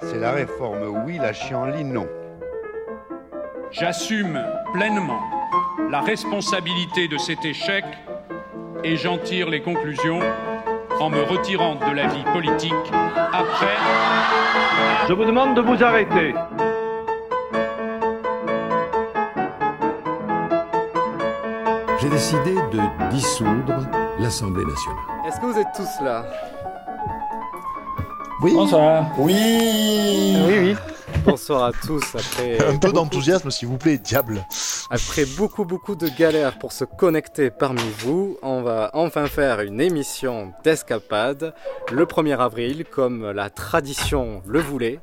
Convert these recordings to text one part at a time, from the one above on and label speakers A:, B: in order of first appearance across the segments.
A: C'est la réforme, oui, la chienlit, non.
B: J'assume pleinement la responsabilité de cet échec et j'en tire les conclusions en me retirant de la vie politique après.
C: Je vous demande de vous arrêter.
D: J'ai décidé de dissoudre l'Assemblée nationale.
E: Est-ce que vous êtes tous là
D: Oui.
F: Bonsoir.
D: Oui.
E: Oui, oui. Bonsoir à tous. Après
G: Un peu d'enthousiasme, s'il vous plaît, diable.
E: Après beaucoup, beaucoup de galères pour se connecter parmi vous, on va enfin faire une émission d'escapade le 1er avril, comme la tradition le voulait.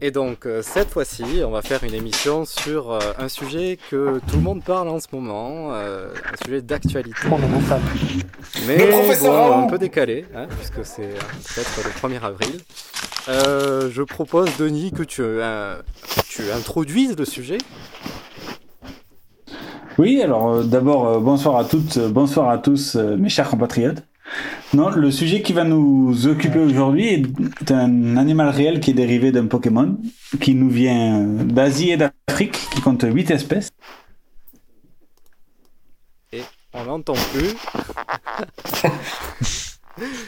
E: Et donc, euh, cette fois-ci, on va faire une émission sur euh, un sujet que tout le monde parle en ce moment, euh, un sujet d'actualité. Mais
H: Le professeur
E: bon,
H: Raoult.
E: un peu décalé, hein, puisque c'est euh, peut-être le 1er avril. Euh, je propose, Denis, que tu, euh, tu introduises le sujet.
F: Oui, alors euh, d'abord, euh, bonsoir à toutes, euh, bonsoir à tous, euh, mes chers compatriotes. Non, le sujet qui va nous occuper aujourd'hui est un animal réel qui est dérivé d'un Pokémon, qui nous vient d'Asie et d'Afrique, qui compte 8 espèces.
E: Et on l'entend plus.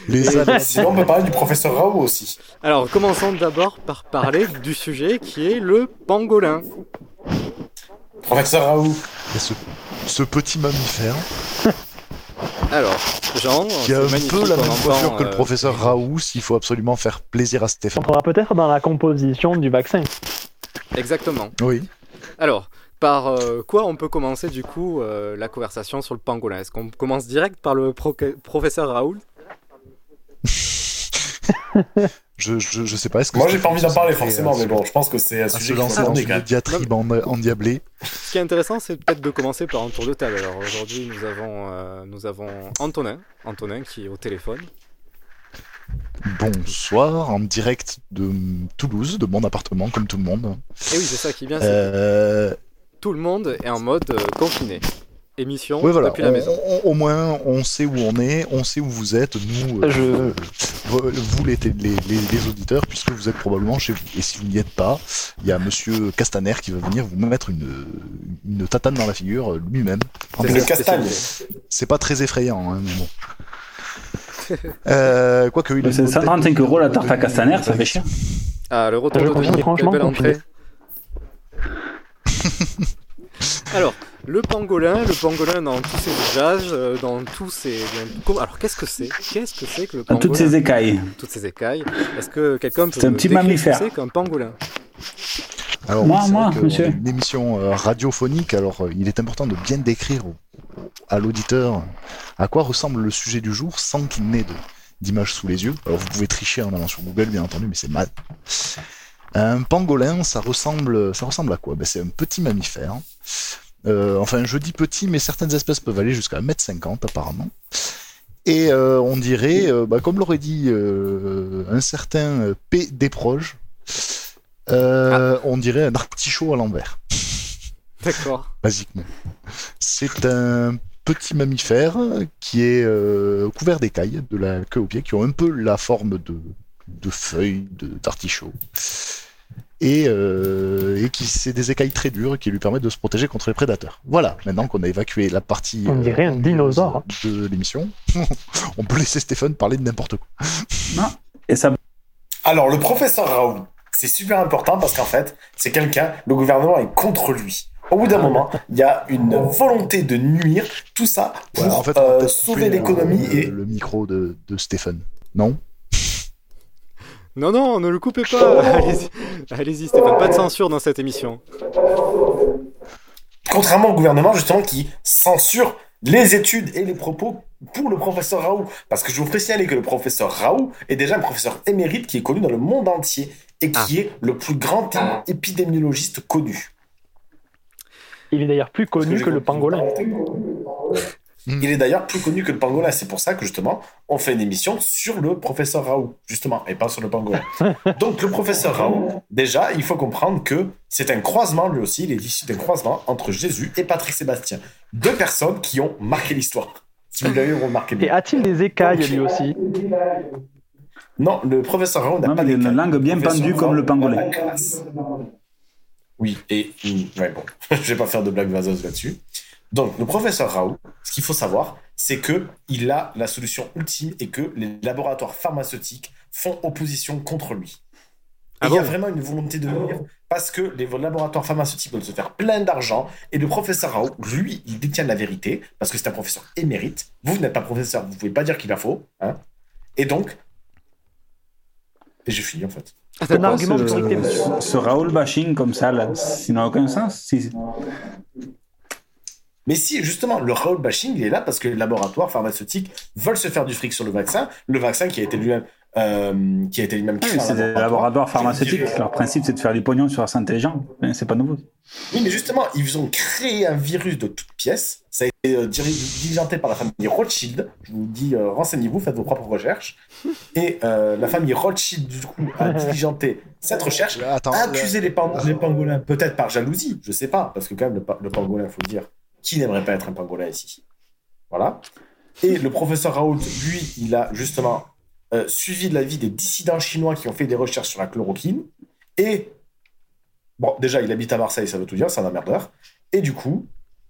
G: Les
E: Et-
G: amis.
H: Sinon, on peut parler du professeur Raoult aussi.
E: Alors, commençons d'abord par parler du sujet qui est le pangolin.
H: Professeur Raoult.
G: Et ce, ce petit mammifère
E: Alors, Jean,
G: qui a
E: c'est
G: un
E: magnifique,
G: peu la
E: on
G: même
E: entend,
G: coiffure que le
E: euh,
G: professeur Raoult, s'il faut absolument faire plaisir à
I: On
G: Stéphane.
I: pourra peut-être dans la composition du vaccin.
E: euh, Exactement.
G: Oui.
E: Alors, par euh, quoi on peut commencer du coup euh, la conversation sur le pangolin Est-ce qu'on commence direct par le proque- professeur Raoul
G: Je, je, je sais pas. Est-ce que
H: Moi, j'ai
G: Stéphane
H: pas envie d'en parler
G: serait,
H: forcément,
G: euh,
H: mais bon, je pense que c'est un
G: À se
H: sujet qui
G: lancer
H: faut
G: dans
H: aborder, quand
G: une
H: même.
G: diatribe en- endiablée.
E: Ce qui est intéressant, c'est peut-être de commencer par un tour de table. Alors aujourd'hui, nous avons, euh, nous avons Antonin, Antonin qui est au téléphone.
G: Bonsoir, en direct de Toulouse, de mon appartement, comme tout le monde.
E: Et Eh oui, c'est ça qui est bien, c'est que
G: Euh,
E: tout le monde est en mode euh, confiné. Émission
G: oui, voilà.
E: depuis la
G: on-
E: maison.
G: on- au moins, on sait où on est, on sait où vous êtes, nous, euh,
I: Je-
G: vous, vous, les, les- les- les auditeurs, puisque vous êtes probablement chez vous. Et si vous n'y êtes pas, il y a monsieur Castaner qui va venir vous mettre une, une tatane dans la figure euh, lui-même. En
H: C'est
G: direct.
H: le castagne.
G: C'est pas très effrayant, hein, mais bon. Euh, Quoique, il a
F: C'est
G: une bonne
F: 135
G: tête. euh,
F: euros la tarte à Castaner, ça fait cher.
E: Ah, le retour
I: Je
E: de
I: confirme
E: Denis, quelle
I: franchement
E: belle
I: confiné.
E: entrée. Alors, le pangolin, le pangolin dans tous ses usages, euh, dans tous ses... dans- Alors, qu'est-ce que c'est Qu'est-ce que c'est que le
F: À
E: pangolin
F: toutes ces écailles.
E: toutes ces écailles. Est-ce que quelqu'un peut
F: C'est un
E: me
F: petit
E: décrire
F: mammifère.
E: ce que C'est qu'un pangolin.
G: Alors,
F: Moi,
G: c'est vrai
F: moi,
G: que on
F: monsieur.
G: a Une émission euh, radiophonique, alors euh, il est important de bien décrire au- à l'auditeur à quoi ressemble le sujet du jour sans qu'il n'ait de- d'image sous les yeux. Alors, vous pouvez tricher en allant sur Google, bien entendu, mais c'est mal. Un pangolin, ça ressemble, ça ressemble à quoi ben, C'est un petit mammifère. Euh, enfin, je dis petit, mais certaines espèces peuvent aller jusqu'à 1m50 apparemment. Et euh, on dirait, euh, bah, comme l'aurait dit euh, un certain euh, P. Desproges, euh, on dirait un artichaut à l'envers,
E: D'accord.
G: basiquement. C'est un petit mammifère qui est euh, couvert d'écailles, de la queue aux pieds, qui ont un peu la forme de, de feuilles de- d'artichaut. Et, euh, et qui c'est des écailles très dures qui lui permettent de se protéger contre les prédateurs. Voilà, maintenant qu'on a évacué la partie
I: On dirait un dinosaure.
G: de l'émission, on peut laisser Stéphane parler de n'importe quoi.
F: Et ça
H: Alors, le professeur Raoult, c'est super important parce qu'en fait, c'est quelqu'un, le gouvernement est contre lui. Au bout
G: Ah
H: d'un moment, il y a une volonté de nuire, tout ça pour
G: Ouais, en fait, on va
H: euh,
G: peut-être
H: sauver
G: couper, euh,
H: l'économie
G: le,
H: et
G: le micro de, de Stéphane. Non
E: Non, non, ne le coupez pas. Allez-y, Allez-y, Stéphane. Pas de censure dans cette émission.
H: contrairement au gouvernement justement qui censure
J: les études et les propos pour le professeur Raoult. Parce que je vous ferai signaler que le professeur Raoult est déjà un professeur émérite qui est connu dans le monde entier et
F: Ah.
J: qui est le plus grand épidémiologiste connu.
G: Il est d'ailleurs plus connu
J: Parce
G: que,
J: que
G: le pangolin.
F: Hmm.
J: Il est d'ailleurs plus connu que le pangolin. C'est pour ça que justement, on fait une émission sur le professeur Raoult, justement, et pas sur le pangolin. Donc le professeur Raoult, déjà, il faut comprendre que c'est un croisement, lui aussi, il est issu d'un croisement entre Jésus et Patrick Sébastien. Deux personnes qui ont marqué l'histoire. Si vous l'avez remarqué.
G: Et a-t-il des écailles lui aussi
J: Non, le professeur Raoult n'a pas
F: Il a une langue bien
J: Professeur
F: pendue comme
J: Raoult
F: le
J: a
F: pangolin.
J: la classe. Oui, et mm, ouais, bon, je vais pas faire de blague vaseuse là-dessus. Donc, le professeur Raoult, ce qu'il faut savoir, c'est que il a la solution ultime et que les laboratoires pharmaceutiques font opposition contre lui. Et
E: Ah
J: il y a vraiment une volonté de nuire parce que les laboratoires pharmaceutiques veulent se faire plein d'argent et le professeur Raoult, lui, il détient la vérité parce que c'est un professeur émérite. Vous, vous n'êtes pas professeur, vous pouvez pas dire qu'il a faux. hein. et donc, et j'ai fini en fait.
F: Pourquoi ce, ce Raoul bashing comme ça, là, ça n'a aucun sens. Si-
J: Mais si, justement, le Raoul bashing, il est là parce que les laboratoires pharmaceutiques veulent se faire du fric sur le vaccin, le vaccin qui a été lui-même euh, qui a été lui-même créé.
F: Oui,
J: en
F: Ah, c'est des
J: laboratoire.
F: laboratoires pharmaceutiques. Leur principe, c'est de faire du pognon sur la santé des gens. Mais C'est pas nouveau.
J: Oui, mais justement, ils ont créé un virus de toutes pièces. Ça a été euh, diri- diligenté par la famille Rothschild. Je vous dis, euh, renseignez-vous, faites vos propres recherches. Et euh, la famille Rothschild, du coup, a diligenté cette recherche,
H: Ah,
J: a accusé les, pan- les pangolins, peut-être par jalousie, je sais pas, parce que quand même, le, pa- le pangolin, faut le dire, qui n'aimerait pas être un pangolin ici Voilà. Et le professeur Raoult, lui, il a justement euh, suivi de l'avis des dissidents chinois qui ont fait des recherches sur la chloroquine. Et Bon, déjà, il habite à Marseille, ça veut tout dire, c'est un emmerdeur. Et du coup,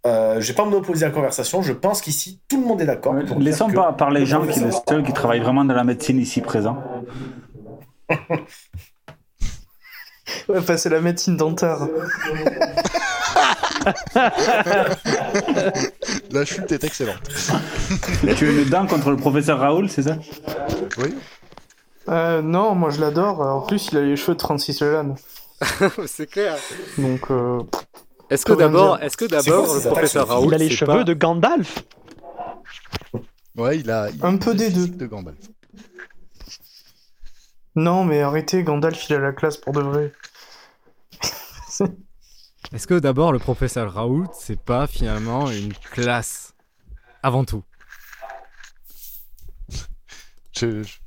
J: euh, je vais pas me opposer à la conversation, je pense qu'ici, tout le monde est d'accord. pour dire
F: Laissons
J: que
F: pas parler
J: le
F: les gens qui, les
J: professeur-
F: seuls qui travaillent vraiment dans la médecine ici présents.
H: Ouais, enfin, c'est la médecine dentaire.
A: La chute est excellente.
F: tu es une dent contre le professeur Raoul, c'est ça
A: Oui.
H: Euh, non, moi je l'adore. En plus, il a les cheveux de Francis Lalanne.
B: c'est clair.
H: Donc, euh,
B: Est-ce que
H: comment
B: d'abord,
H: dire
B: est-ce que d'abord, le professeur Raoult,
G: Il a les
B: c'est
G: cheveux
B: pas-
G: de Gandalf.
A: Ouais, il a. il-
H: un peu des deux.
A: De Gandalf.
H: Non, mais arrêtez, Gandalf, il a la classe pour de vrai.
E: Est-ce que d'abord le professeur Raoult, c'est pas finalement une classe avant tout
A: Je, je-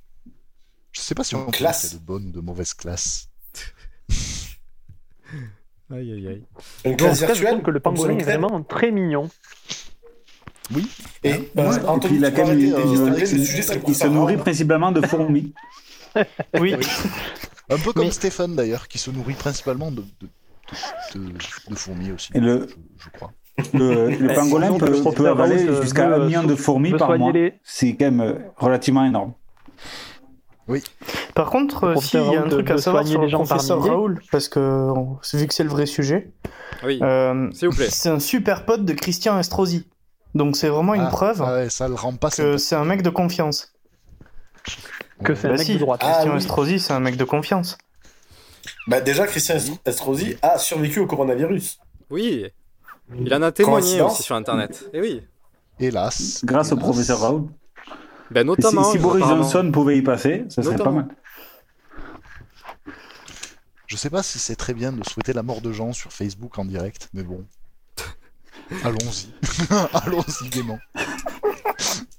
A: je sais pas si on
E: Classe.
A: classe de bonne ou de mauvaise classe.
E: Aïe aïe aïe.
J: Une
G: Donc, en tout cas, je trouve que le pangolin est vraiment très mignon.
A: Oui.
J: Et,
F: Ouais. Bah, Et puis il a quand même-
J: arrêter de
F: euh,
J: distinguer le sujet,
F: il-
J: c'est le
F: il se
J: professeur
F: nourrit
J: Raoult.
F: principalement de fourmis.
G: Oui.
A: Un peu comme Stéphane d'ailleurs, qui se nourrit principalement de, de, de- de fourmis aussi.
F: Et le,
A: je, je crois.
F: Le, le
A: Eh,
F: pangolin
A: sinon,
F: peut,
A: le
F: peut
A: professeur
F: avaler
A: Raoult, euh,
F: jusqu'à
A: veut,
F: un
A: euh,
F: million de
A: sou-
F: fourmis
A: veut
F: par
A: soigner
F: mois.
A: les-
F: C'est quand même euh, relativement énorme.
H: Par contre,
G: professeur
H: s'il y a un
G: Raoult
H: truc
G: veut
H: à savoir
G: soigner
H: sur
G: les
H: le
G: gens par
H: professeur
G: milliers.
H: Raoul, parce que on- vu que c'est le vrai sujet,
B: Oui.
H: euh,
B: S'il vous plaît.
H: c'est un super pote de Christian Estrosi. Donc c'est vraiment une
A: Ah,
H: preuve
A: ça le rend pas
H: que c'est un mec de confiance.
G: Que c'est un
H: Bah
G: mec
H: si,
G: de droite.
A: Ah
H: Christian Estrosi, c'est un mec de confiance.
J: Bah, déjà, Christian Est- Estrosi a survécu au coronavirus.
B: Oui. Il en a témoigné
J: Coïncidence
B: aussi sur Internet. Et oui.
A: Hélas.
F: Grâce au professeur Raoult.
J: Ah,
B: Ben
F: Et si,
B: notamment.
F: si Boris
B: apparemment.
F: Johnson pouvait y passer, ça serait
B: Notamment.
F: pas mal.
A: Je sais pas si c'est très bien de souhaiter la mort de gens sur Facebook en direct, mais bon. Allons-y. Allons-y gaiement.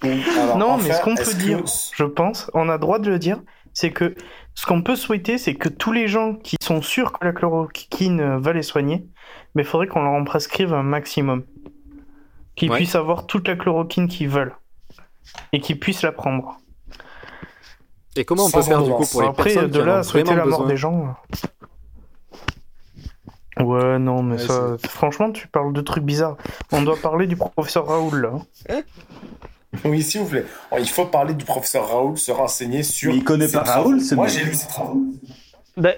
J: Alors,
H: non,
J: enfin,
H: mais ce qu'on peut
J: est-ce que-
H: dire, je pense, on a droit de le dire, c'est que ce qu'on peut souhaiter, c'est que tous les gens qui sont sûrs que la chloroquine euh, va les soigner, mais il faudrait qu'on leur en prescrive un maximum. Qu'ils
B: Ouais.
H: puissent avoir toute la chloroquine qu'ils veulent. Et qu'ils puissent la prendre.
B: Et comment on peut
H: Sans
B: faire du coup
H: ordonnance.
B: pour les
H: Après,
B: personnes
H: de
B: qui en
H: là,
B: ont
H: à souhaiter
B: vraiment
H: la mort
B: besoin
H: des gens. euh. Ouais, non, mais
B: Ouais,
H: ça. Franchement, tu parles de trucs bizarres. On doit parler du professeur Raoul, là.
J: Oui, s'il vous plaît. Oh, Il faut parler du professeur Raoult, se renseigner sur.
F: Mais il connaît
J: ses
F: pas
J: travaux.
F: Raoult, ce
J: Moi,
F: mec.
J: j'ai lu ses travaux.
G: Ben,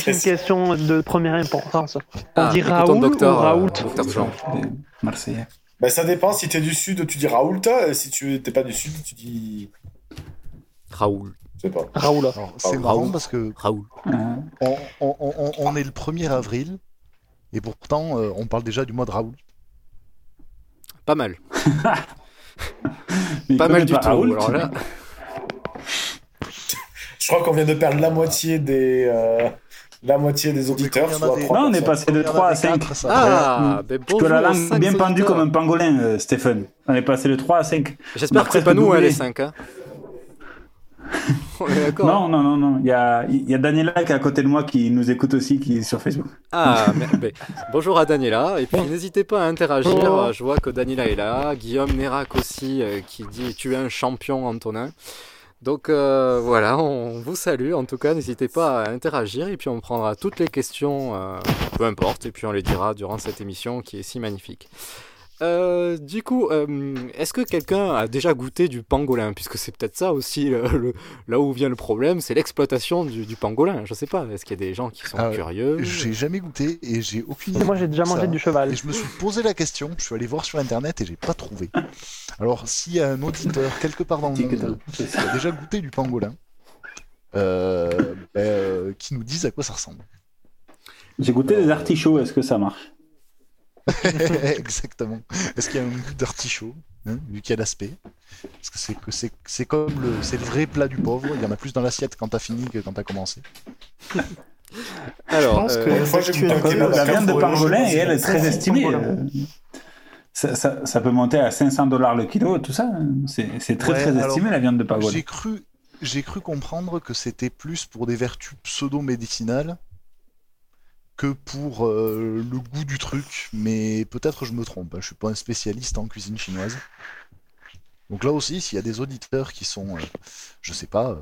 G: c'est une question de première importance. On
J: Ah,
G: dit
J: écoutons
G: Raoul ou
J: docteur, euh,
G: Raoult
J: docteur
B: Jean.
F: Marseillais.
J: Bah, ça dépend. Si t'es du sud, tu dis Raoult. Euh, Si tu t'es pas du sud, tu dis.
B: Raoul.
J: Je sais pas.
G: Raoul.
A: Alors,
H: Oh,
A: C'est marrant parce que
B: Raoul.
A: On, on- on- on est le 1er avril et pourtant euh, on parle déjà du mois de Raoul.
E: Pas mal.
F: Mais
E: pas
F: comme
E: mal
F: le
E: du tout.
F: Raoult,
E: Alors là,
B: Je crois qu'on vient de perdre la moitié des, euh, la moitié des auditeurs. Soit
F: Non, Ah, on est passé de 3 à 5.
E: Ah,
F: Ouais.
E: ben
F: Tu as la
E: bonjour,
F: langue
E: cinq
F: bien pendue
E: auditeurs.
F: comme un pangolin, euh, Stéphane. On est passé de 3 à 5.
E: j'espère que c'est pas nous, hein, les 5. Hein. On est d'accord.
F: Non, non, non, non. Il y a, il y a Daniela qui est à côté de moi qui nous écoute aussi, qui est sur Facebook.
E: Ah, mais- mais- bonjour à Daniela, et puis n'hésitez pas à interagir,
F: Bonjour.
E: euh, je vois que Daniela est là, Guillaume Nérac aussi euh, qui dit tu es un champion Antonin. Donc euh, voilà, on vous salue, en tout cas n'hésitez pas à interagir, et puis on prendra toutes les questions, euh, peu importe, et puis on les dira durant cette émission qui est si magnifique. Euh, du coup, euh, est-ce que quelqu'un a déjà goûté du pangolin Puisque c'est peut-être ça aussi, le- le- là où vient le problème, c'est l'exploitation du, du pangolin. Je sais pas, est-ce qu'il y a des gens qui sont
A: Ah,
E: curieux
A: J'ai jamais goûté et j'ai aucune
H: Moi, j'ai déjà
A: de ça.
H: mangé du cheval.
A: Et je me suis posé la question, je suis allé voir sur internet et j'ai pas trouvé. Alors, s'il y a un auditeur quelque part dans le monde qui a déjà goûté du pangolin, euh, ben, euh, qui nous dise à quoi ça ressemble.
F: J'ai goûté
A: euh,
F: des artichauts, est-ce que ça marche
A: Exactement. Est-ce qu'il y a un goût d'artichaut, hein, vu qu'il y a l'aspect Parce que c'est que c'est- c'est comme le, c'est le vrai plat du pauvre, il y en a plus dans l'assiette quand t'as fini que quand t'as commencé.
E: Alors,
F: pense
E: euh,
F: que-
E: est-ce
F: Moi, j'ai goûté un
E: que-
F: kebab. La viande de pangolin, et elle est très
E: C'est
F: estimée.
E: pangolin.
F: euh, Ça, ça- ça peut monter à 500 dollars le kilo, tout ça. hein. C'est c'est très
A: Ouais,
F: très
A: alors,
F: estimé la viande de pangolin.
A: J'ai cru, j'ai cru comprendre que c'était plus pour des vertus pseudo-médicinales que pour euh, le goût du truc, mais peut-être que je me trompe. hein, Je suis pas un spécialiste en cuisine chinoise. Donc là aussi, s'il y a des auditeurs qui sont, euh, je sais pas, euh,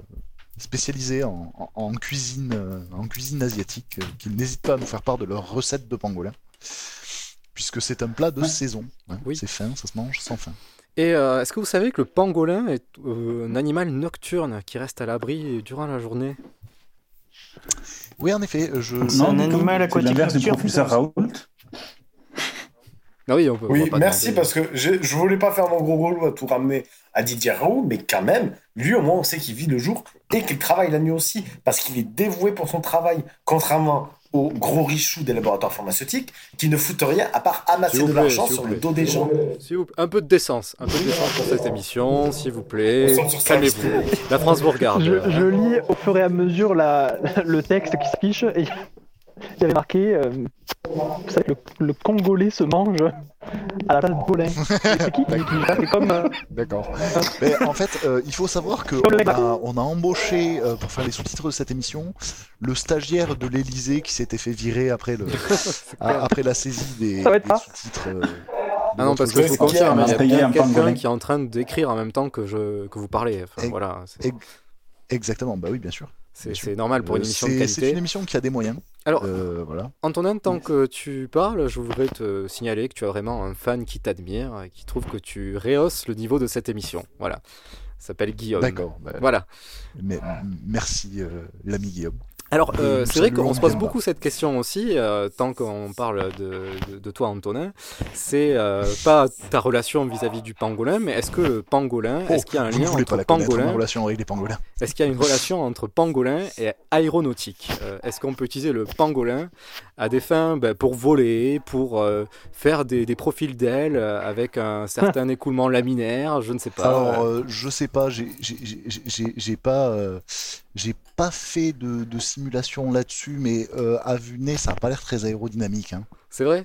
A: spécialisés en, en- en cuisine, euh, en cuisine asiatique, euh, qu'ils n'hésitent pas à nous faire part de leurs recettes de pangolin, puisque c'est un plat de saison. hein. C'est fin, ça se mange sans fin.
E: Et euh, est-ce que vous savez que le pangolin est euh, un animal nocturne qui reste à l'abri durant la journée
A: Oui, en effet, euh, je.
F: C'est un animal aquatique. C'est l'inverse du professeur Raoult.
E: Ah oui, on peut.
B: Oui, merci parce que j'ai- je voulais pas faire mon gros rôle à tout ramener à Didier Raoult, mais quand même, lui au moins on sait qu'il vit le jour et qu'il travaille la nuit aussi, parce qu'il est dévoué pour son travail, contrairement aux gros richous des laboratoires pharmaceutiques qui ne foutent rien à part amasser de l'argent sur le dos des gens.
E: S'il vous plaît, un peu de décence, un peu de décence pour cette émission, s'il vous plaît.
B: On sort sur ça,
E: Calmez-vous. La France vous regarde.
H: Je,
B: Euh,
H: je lis au fur et à mesure la, le texte qui s'affiche et il y avait marqué euh, Vous savez, le, le Congolais se mange à la place de Polin. C'est qui qui dit ça C'est comme. euh,
A: D'accord. Mais en fait, euh, il faut savoir que on a, on a embauché euh, pour faire les sous-titres de cette émission le stagiaire de l'Elysée qui s'était fait virer après le a- après la saisie des,
E: Ah, Ça va être
A: des
E: ça.
A: sous-titres. euh,
E: Ah non,
A: de
E: parce
A: notre
E: que je vous
A: podcast.
E: confirme, il y a bien quelqu'un qui est en train d'écrire en même temps que, je, que vous parlez. Enfin, voilà, c'est-
A: Exactement. Bah oui, bien sûr.
E: c'est c'est normal pour une
A: Euh,
E: émission de
A: c'est-
E: qualité.
A: C'est une émission qui a des moyens.
E: Alors,
A: Euh, voilà.
E: Antonin, tant que tu parles, je voudrais te signaler que tu as vraiment un fan qui t'admire et qui trouve que tu rehausses le niveau de cette émission. Voilà. Il s'appelle Guillaume.
A: D'accord, bah,
E: Voilà.
A: Mais m- merci euh, l'ami Guillaume.
E: Alors, euh,
A: Nous
E: c'est vrai
A: saluons
E: qu'on se pose
A: Guillaume.
E: beaucoup cette question aussi, euh, tant qu'on parle de, de- de toi, Antonin. C'est euh, pas ta relation vis-à-vis du pangolin, mais est-ce que le pangolin,
A: Oh,
E: est-ce qu'il y a un
A: vous ne
E: lien
A: voulez pas
E: entre
A: la connaître, ma
E: pangolin,
A: relation avec les pangolins.
E: est-ce qu'il y a une relation entre pangolin et aéronautique Euh, Est-ce qu'on peut utiliser le pangolin à des fins ben, pour voler, pour euh, faire des, des profils d'ailes euh, avec un certain écoulement laminaire Je ne sais pas.
A: Alors, euh, je sais pas, j'ai j'ai- j'ai- j'ai- j'ai pas, euh, j'ai pas fait de, de simulation là-dessus, mais euh, à vue de nez, ça a pas l'air très aérodynamique. hein.
E: C'est vrai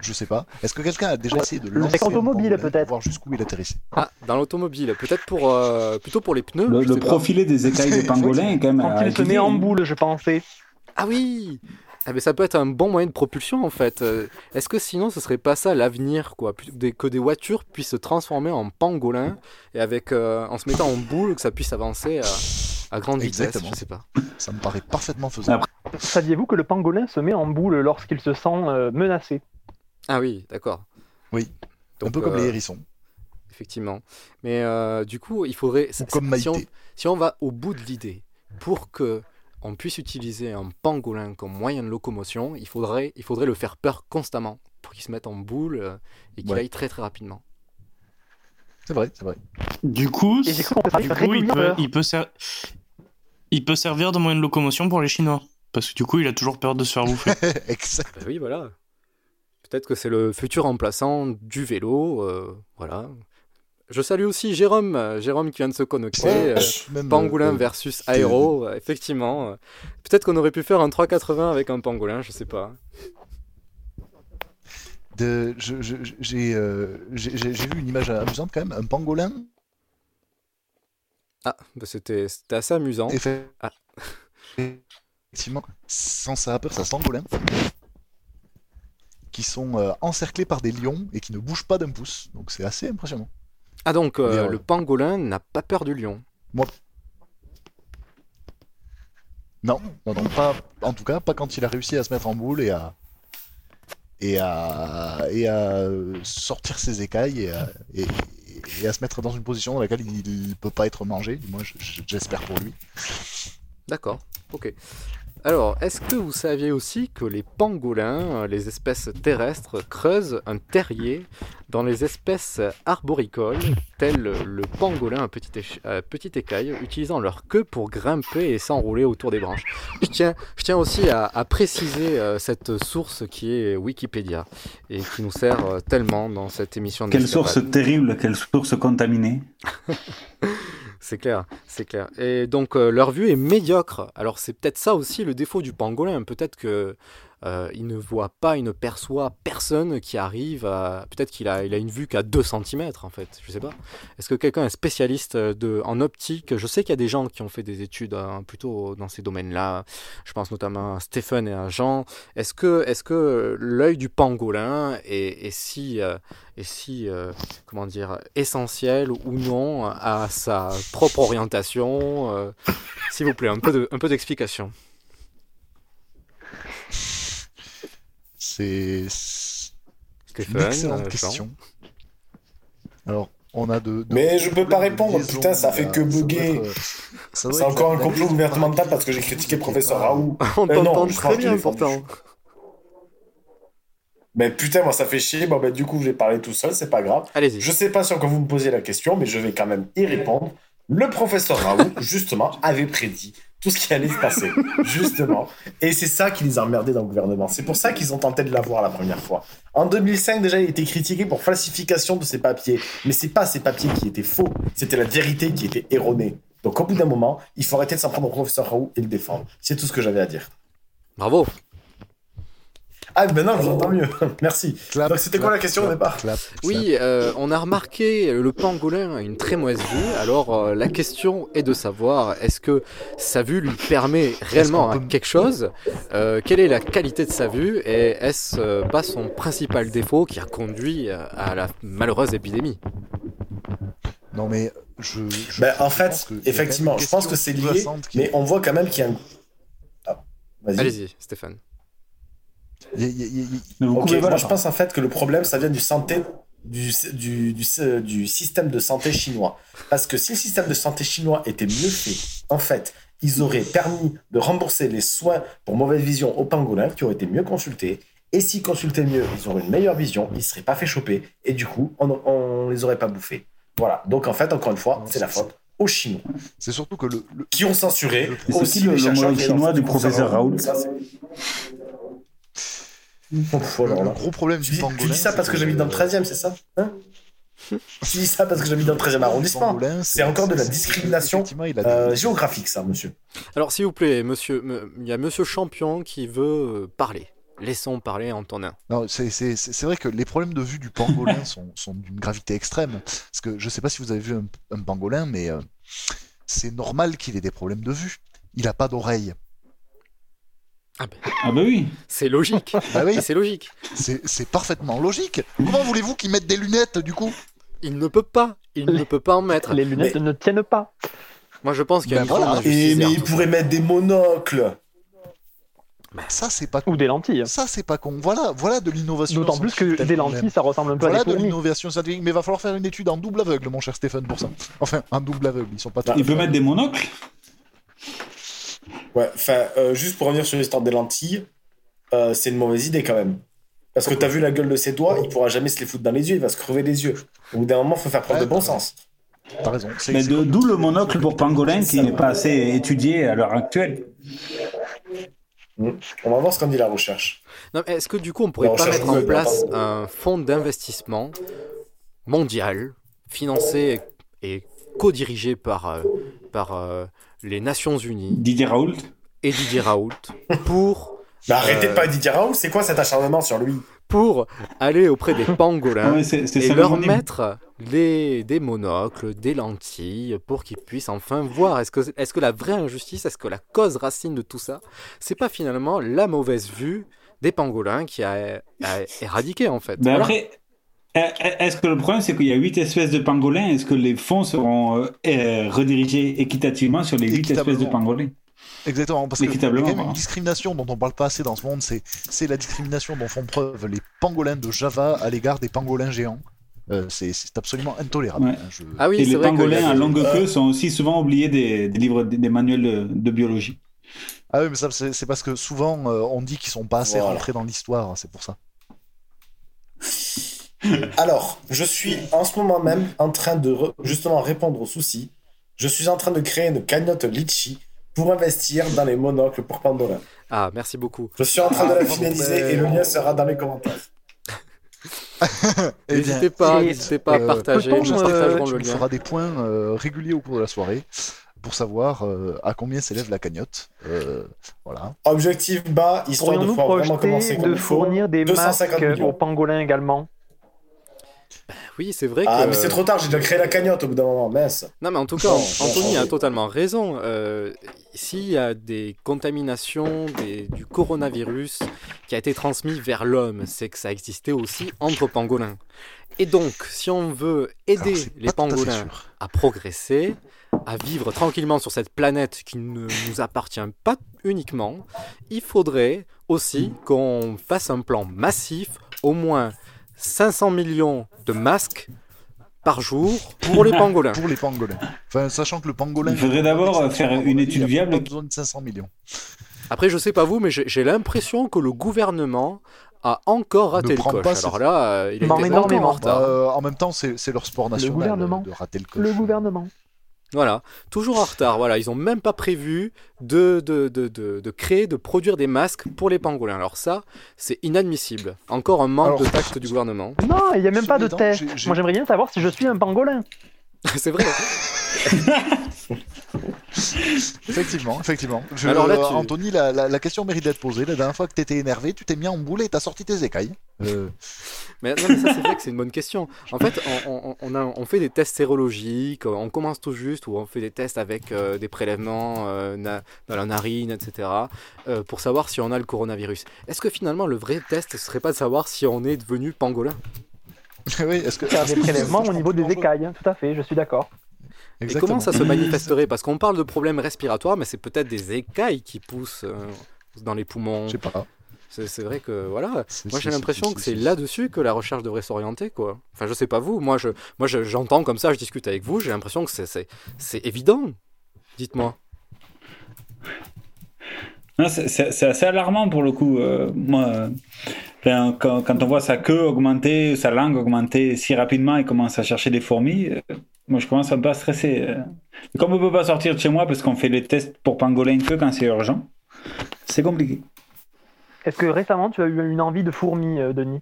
A: Je sais pas. Est-ce que quelqu'un a déjà essayé de
E: Le
A: lancer
E: second automobile,
A: automobile peut-être Voir jusqu'où il atterrissait.
E: Ah, dans l'automobile, peut-être pour euh, plutôt pour les pneus.
F: Le,
E: je
F: le
E: sais pas.
F: profilé des écailles de pangolin est quand même.
H: Ah,
E: Quand il se
F: euh,
E: met en
H: boule, je pensais.
E: Ah oui ah mais ça peut être un bon moyen de propulsion en fait. Euh, Est-ce que sinon ce serait pas ça l'avenir quoi Plus- des- Que des voitures puissent se transformer en pangolins et avec euh, en se mettant en boule que ça puisse avancer à, à grande
A: Exactement.
E: vitesse. Je sais pas.
A: Ça me paraît parfaitement faisable.
H: Saviez-vous que le pangolin se met en boule lorsqu'il se sent euh, menacé
E: Ah oui, d'accord.
A: Oui.
E: Donc,
A: un peu comme
E: euh,
A: les hérissons.
E: Effectivement. Mais euh, du coup, il faudrait. si-
A: comme
E: si,
A: Maïté.
E: on, si on va au bout de l'idée, pour que on puisse utiliser un pangolin comme moyen de locomotion, il faudrait, il faudrait le faire peur constamment pour qu'il se mette en boule euh, et qu'il
A: Ouais.
E: aille très très rapidement.
A: C'est vrai, c'est vrai.
K: Du coup,
H: Et j'ai cru qu'on peut
K: du
H: faire
K: coup, il,
H: régulièrement
K: peut,
H: peur.
K: il peut ser- il peut servir de moyen de locomotion pour les Chinois. Parce que du coup, il a toujours peur de se faire bouffer.
A: Exact.
E: oui, Ben voilà. Peut-être que c'est le futur remplaçant du vélo. euh, voilà. Je salue aussi Jérôme, euh, Jérôme qui vient de se connecter.
A: Ouais,
E: euh,
A: même,
E: pangolin
A: euh,
E: versus
A: t'es-
E: aéro, euh, effectivement. euh, Peut-être qu'on aurait pu faire un 3,80 avec un pangolin, je sais pas.
A: De- je- je- je- J'ai euh, j'ai- j'ai- j'ai vu une image amusante quand même, un pangolin.
E: Ah, bah c'était c'était assez amusant. Ah.
A: Effectivement, sans ça a peur, ça pangolin. Qui sont euh, encerclés par des lions et qui ne bougent pas d'un pouce. Donc c'est assez impressionnant.
E: Ah donc, euh,
A: Mais, euh,
E: le pangolin n'a pas peur du lion.
A: Moi. Non, non, non, pas, en tout cas, pas quand il a réussi à se mettre en boule et à, et à, et à euh, sortir ses écailles et à, et- et à se mettre dans une position dans laquelle il ne peut pas être mangé, du moins je- je- j'espère pour lui.
E: D'accord, ok. Alors, est-ce que vous saviez aussi que les pangolins, euh, les espèces terrestres, creusent un terrier dans les espèces arboricoles, telles le pangolin à petite, éche- à petite écaille, utilisant leur queue pour grimper et s'enrouler autour des branches Je tiens, je tiens aussi à, à préciser euh, cette source qui est Wikipédia et qui nous sert euh, tellement dans cette émission.
F: Quelle
E: d'escapade.
F: source terrible, quelle source contaminée.
E: C'est clair, c'est clair. Et donc euh, leur vue est médiocre. Alors c'est peut-être ça aussi le défaut du pangolin. Peut-être que euh, il ne voit pas, il ne perçoit personne qui arrive. À... Peut-être qu'il a, il a une vue qu'à 2 cm en fait. Je sais pas. Est-ce que quelqu'un est spécialiste euh, de, en optique Je sais qu'il y a des gens qui ont fait des études hein, plutôt dans ces domaines-là. Je pense notamment à Stephen et à Jean. Est-ce que, est-ce que l'œil du pangolin est, est si, euh, est si euh, comment dire, essentiel ou non à sa propre orientation euh, S'il vous plaît, un peu, de, un peu d'explication.
A: C'est c'est une
E: Stéphane, euh,
A: excellente
E: Jean.
A: question. Alors, on a de. de-
B: Mais je peux pas répondre,
A: liaisons, euh,
B: putain, ça fait
A: là.
B: que bugger.
A: ça doit
B: C'est
A: être
B: encore
A: la-
B: un
A: la
B: complot
A: liaison
B: gouvernemental parce que j'ai critiqué professeur Raoult.
E: On
B: Euh, non,
E: t'entend
B: je
E: très
B: pense qu'il
E: bien
B: est fort.
E: pourtant.
B: Mais Ben, putain, moi ça fait chier. Bon, ben du coup, j'ai parlé tout seul, c'est pas grave.
E: Allez-y.
B: Je sais pas sur quoi vous me posiez la question, mais je vais quand même y répondre. Le professeur Raoult, justement, avait prédit tout ce qui allait se passer, justement. Et c'est ça qui les a emmerdés dans le gouvernement. C'est pour ça qu'ils ont tenté de l'avoir la première fois. En 2005, déjà, il était critiqué pour falsification de ses papiers. Mais c'est pas ses papiers qui étaient faux, c'était la vérité qui était erronée. Donc au bout d'un moment, il faut arrêter de s'en prendre au professeur Raoult et le défendre. C'est tout ce que j'avais à dire.
E: Bravo.
B: Ah, maintenant, je vous entends mieux. Merci. Donc, c'était quoi la question au départ
E: Oui, euh, on a remarqué le pangolin a une très mauvaise vue. Alors euh, la question est de savoir est-ce que sa vue lui permet réellement à quelque chose Euh, Quelle est la qualité de sa vue Et est-ce euh, pas son principal défaut qui a conduit euh, à la malheureuse épidémie
A: Non mais je.
B: Ben, en fait, effectivement, je pense que c'est lié, mais on voit quand même qu'il y a un. Ah, vas-y.
E: Allez-y, Stéphane.
B: Ok,
F: coupez pas
B: moi
F: la
B: je
F: parole.
B: pense en fait que le problème ça vient du santé du, du, du, du système de santé chinois. Parce que si le système de santé chinois était mieux fait, en fait, ils auraient permis de rembourser les soins pour mauvaise vision aux pangolins qui auraient été mieux consultés. Et s'ils consultaient mieux, ils auraient une meilleure vision, ils ne seraient pas fait choper. Et du coup, on ne les aurait pas bouffés. Voilà. Donc en fait, encore une fois, Ah, c'est la faute aux Chinois.
A: C'est surtout que le,
B: Qui ont censuré.
A: Et c'est
B: aussi
A: qui le-
B: les chercheurs
A: l'homologue
B: qui ont
A: chinois
B: fait
A: du professeur Raoult
B: Ça, c'est-
A: le, le gros problème
B: Tu
A: du
B: dis-
A: pangolin.
B: Tu dis ça parce
A: c'est
B: que j'habite dans le 13 e c'est ça Hein Tu dis ça parce que j'habite dans le 13 e arrondissement
A: Pangolin,
B: C'est encore de la discrimination euh, géographique, ça, monsieur.
E: Alors, s'il vous plaît, monsieur, me- il y a monsieur Champion qui veut euh, parler. Laissons parler Antonin.
A: Non, c'est- c'est c'est- c'est vrai que les problèmes de vue du pangolin sont, sont d'une gravité extrême. Parce que je ne sais pas si vous avez vu un, un pangolin, mais euh, c'est normal qu'il ait des problèmes de vue. Il n'a pas d'oreille.
F: Ah bah oui.
E: C'est logique.
A: Bah oui.
E: C'est logique.
A: C'est c'est parfaitement logique. Comment voulez-vous qu'il mette des lunettes du coup
E: Il ne peut pas. Il ne peut pas en mettre.
H: Les lunettes ne tiennent pas.
E: Moi, je pense qu'il y a
H: Ben
E: une
H: voilà.
E: grande
B: Bah Et,
E: injustice
B: mais
E: derrière
B: il
E: tout ça.
B: pourrait mettre des monocles.
A: Ça, c'est pas
H: Ou des lentilles.
A: Ça, c'est pas con. Voilà, voilà de l'innovation.
H: D'autant plus que des lentilles, ça ressemble un peu à
A: Voilà
H: des
A: de
H: fourmis.
A: l'innovation scientifique. Mais il va falloir faire une étude en double aveugle, mon cher Stéphane, pour ça. Enfin, un double aveugle. Ils sont pas.
F: Il peut mettre des monocles
B: Ouais, enfin, euh, juste pour revenir sur l'histoire des lentilles, euh, c'est une mauvaise idée quand même. Parce que t'as vu la gueule de ses doigts, il pourra jamais se les foutre dans les yeux, il va se crever les yeux. Au bout d'un moment, faut faire preuve de bon sens.
A: T'as raison.
F: Mais de- d'où le monocle pour pangolin qui n'est pas assez étudié à l'heure actuelle.
B: On va voir ce qu'en dit la recherche.
E: Non, mais Est-ce que du coup, on pourrait
B: Non,
E: pas
B: cherche
E: mettre en
B: Google,
E: place
B: pardon.
E: un fonds d'investissement mondial, financé et co-dirigé par, euh, par euh, les Nations Unies
F: Didier Raoult
E: et Didier Raoult pour.
B: Mais Bah, arrêtez
E: euh,
B: pas Didier Raoult, c'est quoi cet acharnement sur lui
E: Pour aller auprès des pangolins
B: Ah ouais, c'est- c'est
E: Hein et
B: ça
E: leur
B: l'homonyme.
E: mettre des, des monocles, des lentilles, pour qu'ils puissent enfin voir. Est-ce que, est que la vraie injustice, est-ce que la cause racine de tout ça, c'est pas finalement la mauvaise vue des pangolins qui a, a éradiqué en fait
F: Ben
E: Voilà.
F: après, euh, est-ce que le problème, c'est qu'il y a 8 espèces de pangolins Est-ce que les fonds seront euh, euh, redirigés équitativement sur les 8 espèces de
A: Équitablement.
F: pangolins
A: Exactement, parce que il y a
F: Équitablement, hein.
A: quand même
F: voilà.
A: une discrimination dont on parle pas assez dans ce monde, c'est c'est la discrimination dont font preuve les pangolins de Java à l'égard des pangolins géants. Euh, c'est c'est absolument intolérable. hein,
F: Ouais.
A: Je-
E: Ah
F: Et les pangolins
E: euh,
F: à longue queue sont aussi souvent oubliés des, des livres, des, des manuels de, de biologie.
A: Ah oui, mais ça, c'est c'est parce que souvent, euh, on dit qu'ils sont pas assez
B: Voilà.
A: rentrés dans l'histoire, hein, c'est pour ça.
B: Alors, je suis en ce moment même en train de re- justement répondre aux soucis. Je suis en train de créer une cagnotte Litchi pour investir dans les monocles pour Pandora.
E: Ah, merci beaucoup.
B: Je suis en train de la
E: Ah,
B: finaliser
E: mais-
B: et le lien sera dans les commentaires. Eh
E: N'hésitez pas, n'hésitez pas à partager.
A: Pourtant,
E: Nous
A: j'espère que
E: partagerons
A: Euh, tu
E: le
A: nous
E: lien.
A: feras des points euh, réguliers au cours de la soirée pour savoir euh, à combien s'élève la cagnotte. Euh, voilà.
B: Objectif bas, histoire de
H: Pourrions-nous
B: pouvoir vraiment
H: projeter
B: commencer comme
H: de
B: il faut.
H: fournir des
B: 250
H: masques
B: millions.
H: aux pangolins également
E: Oui, c'est vrai
B: Ah,
E: que.
B: mais
H: euh,
B: c'est trop tard, j'ai déjà créé la cagnotte au bout d'un moment, mince.
E: Non, mais en tout cas, Anthony a totalement raison. Euh, S'il y a des contaminations des- du coronavirus qui a été transmis vers l'homme, c'est que ça existait aussi entre pangolins. Et donc, si on veut aider les pangolins à progresser, à vivre tranquillement sur cette planète qui ne nous appartient pas uniquement, il faudrait aussi qu'on fasse un plan massif, au moins 500 millions de masques par jour pour les pangolins.
A: Pour les pangolins. Enfin, sachant que le pangolin.
F: Il faudrait d'abord euh, faire une étude
A: On a
F: viable.
A: besoin de 500 millions.
E: Après, je sais pas vous, mais j'ai j'ai l'impression que le gouvernement a encore raté
A: Ne
E: le
A: prends
E: coche.
A: pas ce-
E: Alors là, euh, il était encore en retard.
A: Euh, en même temps, c'est c'est leur sport national
H: gouvernement.
A: euh, de rater le coche.
H: Le gouvernement.
E: Voilà, toujours en retard. Voilà, ils ont même pas prévu de, de, de, de, de créer, de produire des masques pour les pangolins. Alors ça, c'est inadmissible. Encore un manque
H: Alors-
E: de tact du gouvernement.
H: Non, il n'y a même pas de
E: Cependant,
H: test.
E: j'ai- j'ai-
H: Moi, j'aimerais bien savoir si je suis un pangolin.
E: c'est vrai. hein.
A: Effectivement, effectivement. Je- euh,
E: Alors là, tu-
A: Anthony, la, la- la question mérite d'être posée. La dernière fois que t'étais énervé, tu t'es mis en boule et t'as sorti tes écailles. Euh,
E: Mais, non, mais ça, c'est vrai que c'est une bonne question. En fait, on, on- on a- on fait des tests sérologiques, on commence tout juste, ou on fait des tests avec euh, des prélèvements euh, na- dans la narine, etc., euh, pour savoir si on a le coronavirus. Est-ce que finalement, le vrai test, ce serait pas de savoir si on est devenu pangolin
A: oui, est-ce que.
H: Faire des prélèvements au niveau des écailles, hein, tout à fait, je suis d'accord.
E: Et comment ça se manifesterait Parce qu'on parle de problèmes respiratoires, mais c'est peut-être des écailles qui poussent euh, dans les poumons. Je sais
A: pas.
E: C'est c'est vrai que voilà.
A: C'est-
E: Moi j'ai
A: c'est-
E: l'impression que c'est là-dessus que la recherche devrait s'orienter quoi. Enfin je sais pas vous. Moi je, moi je- j'entends comme ça, je discute avec vous, j'ai l'impression que c'est- c'est c'est évident. Dites-moi.
F: Non, c'est- C'est c'est assez alarmant pour le coup. Euh, moi, euh, ben, quand, quand on voit sa queue augmenter, sa langue augmenter si rapidement et commence à chercher des fourmis, euh, moi je commence à un peu à stresser. euh. Et Comme on peut pas sortir de chez moi parce qu'on fait les tests pour pangolin que quand c'est urgent, c'est compliqué.
H: Est-ce que récemment, tu as eu une envie de fourmi, euh, Denis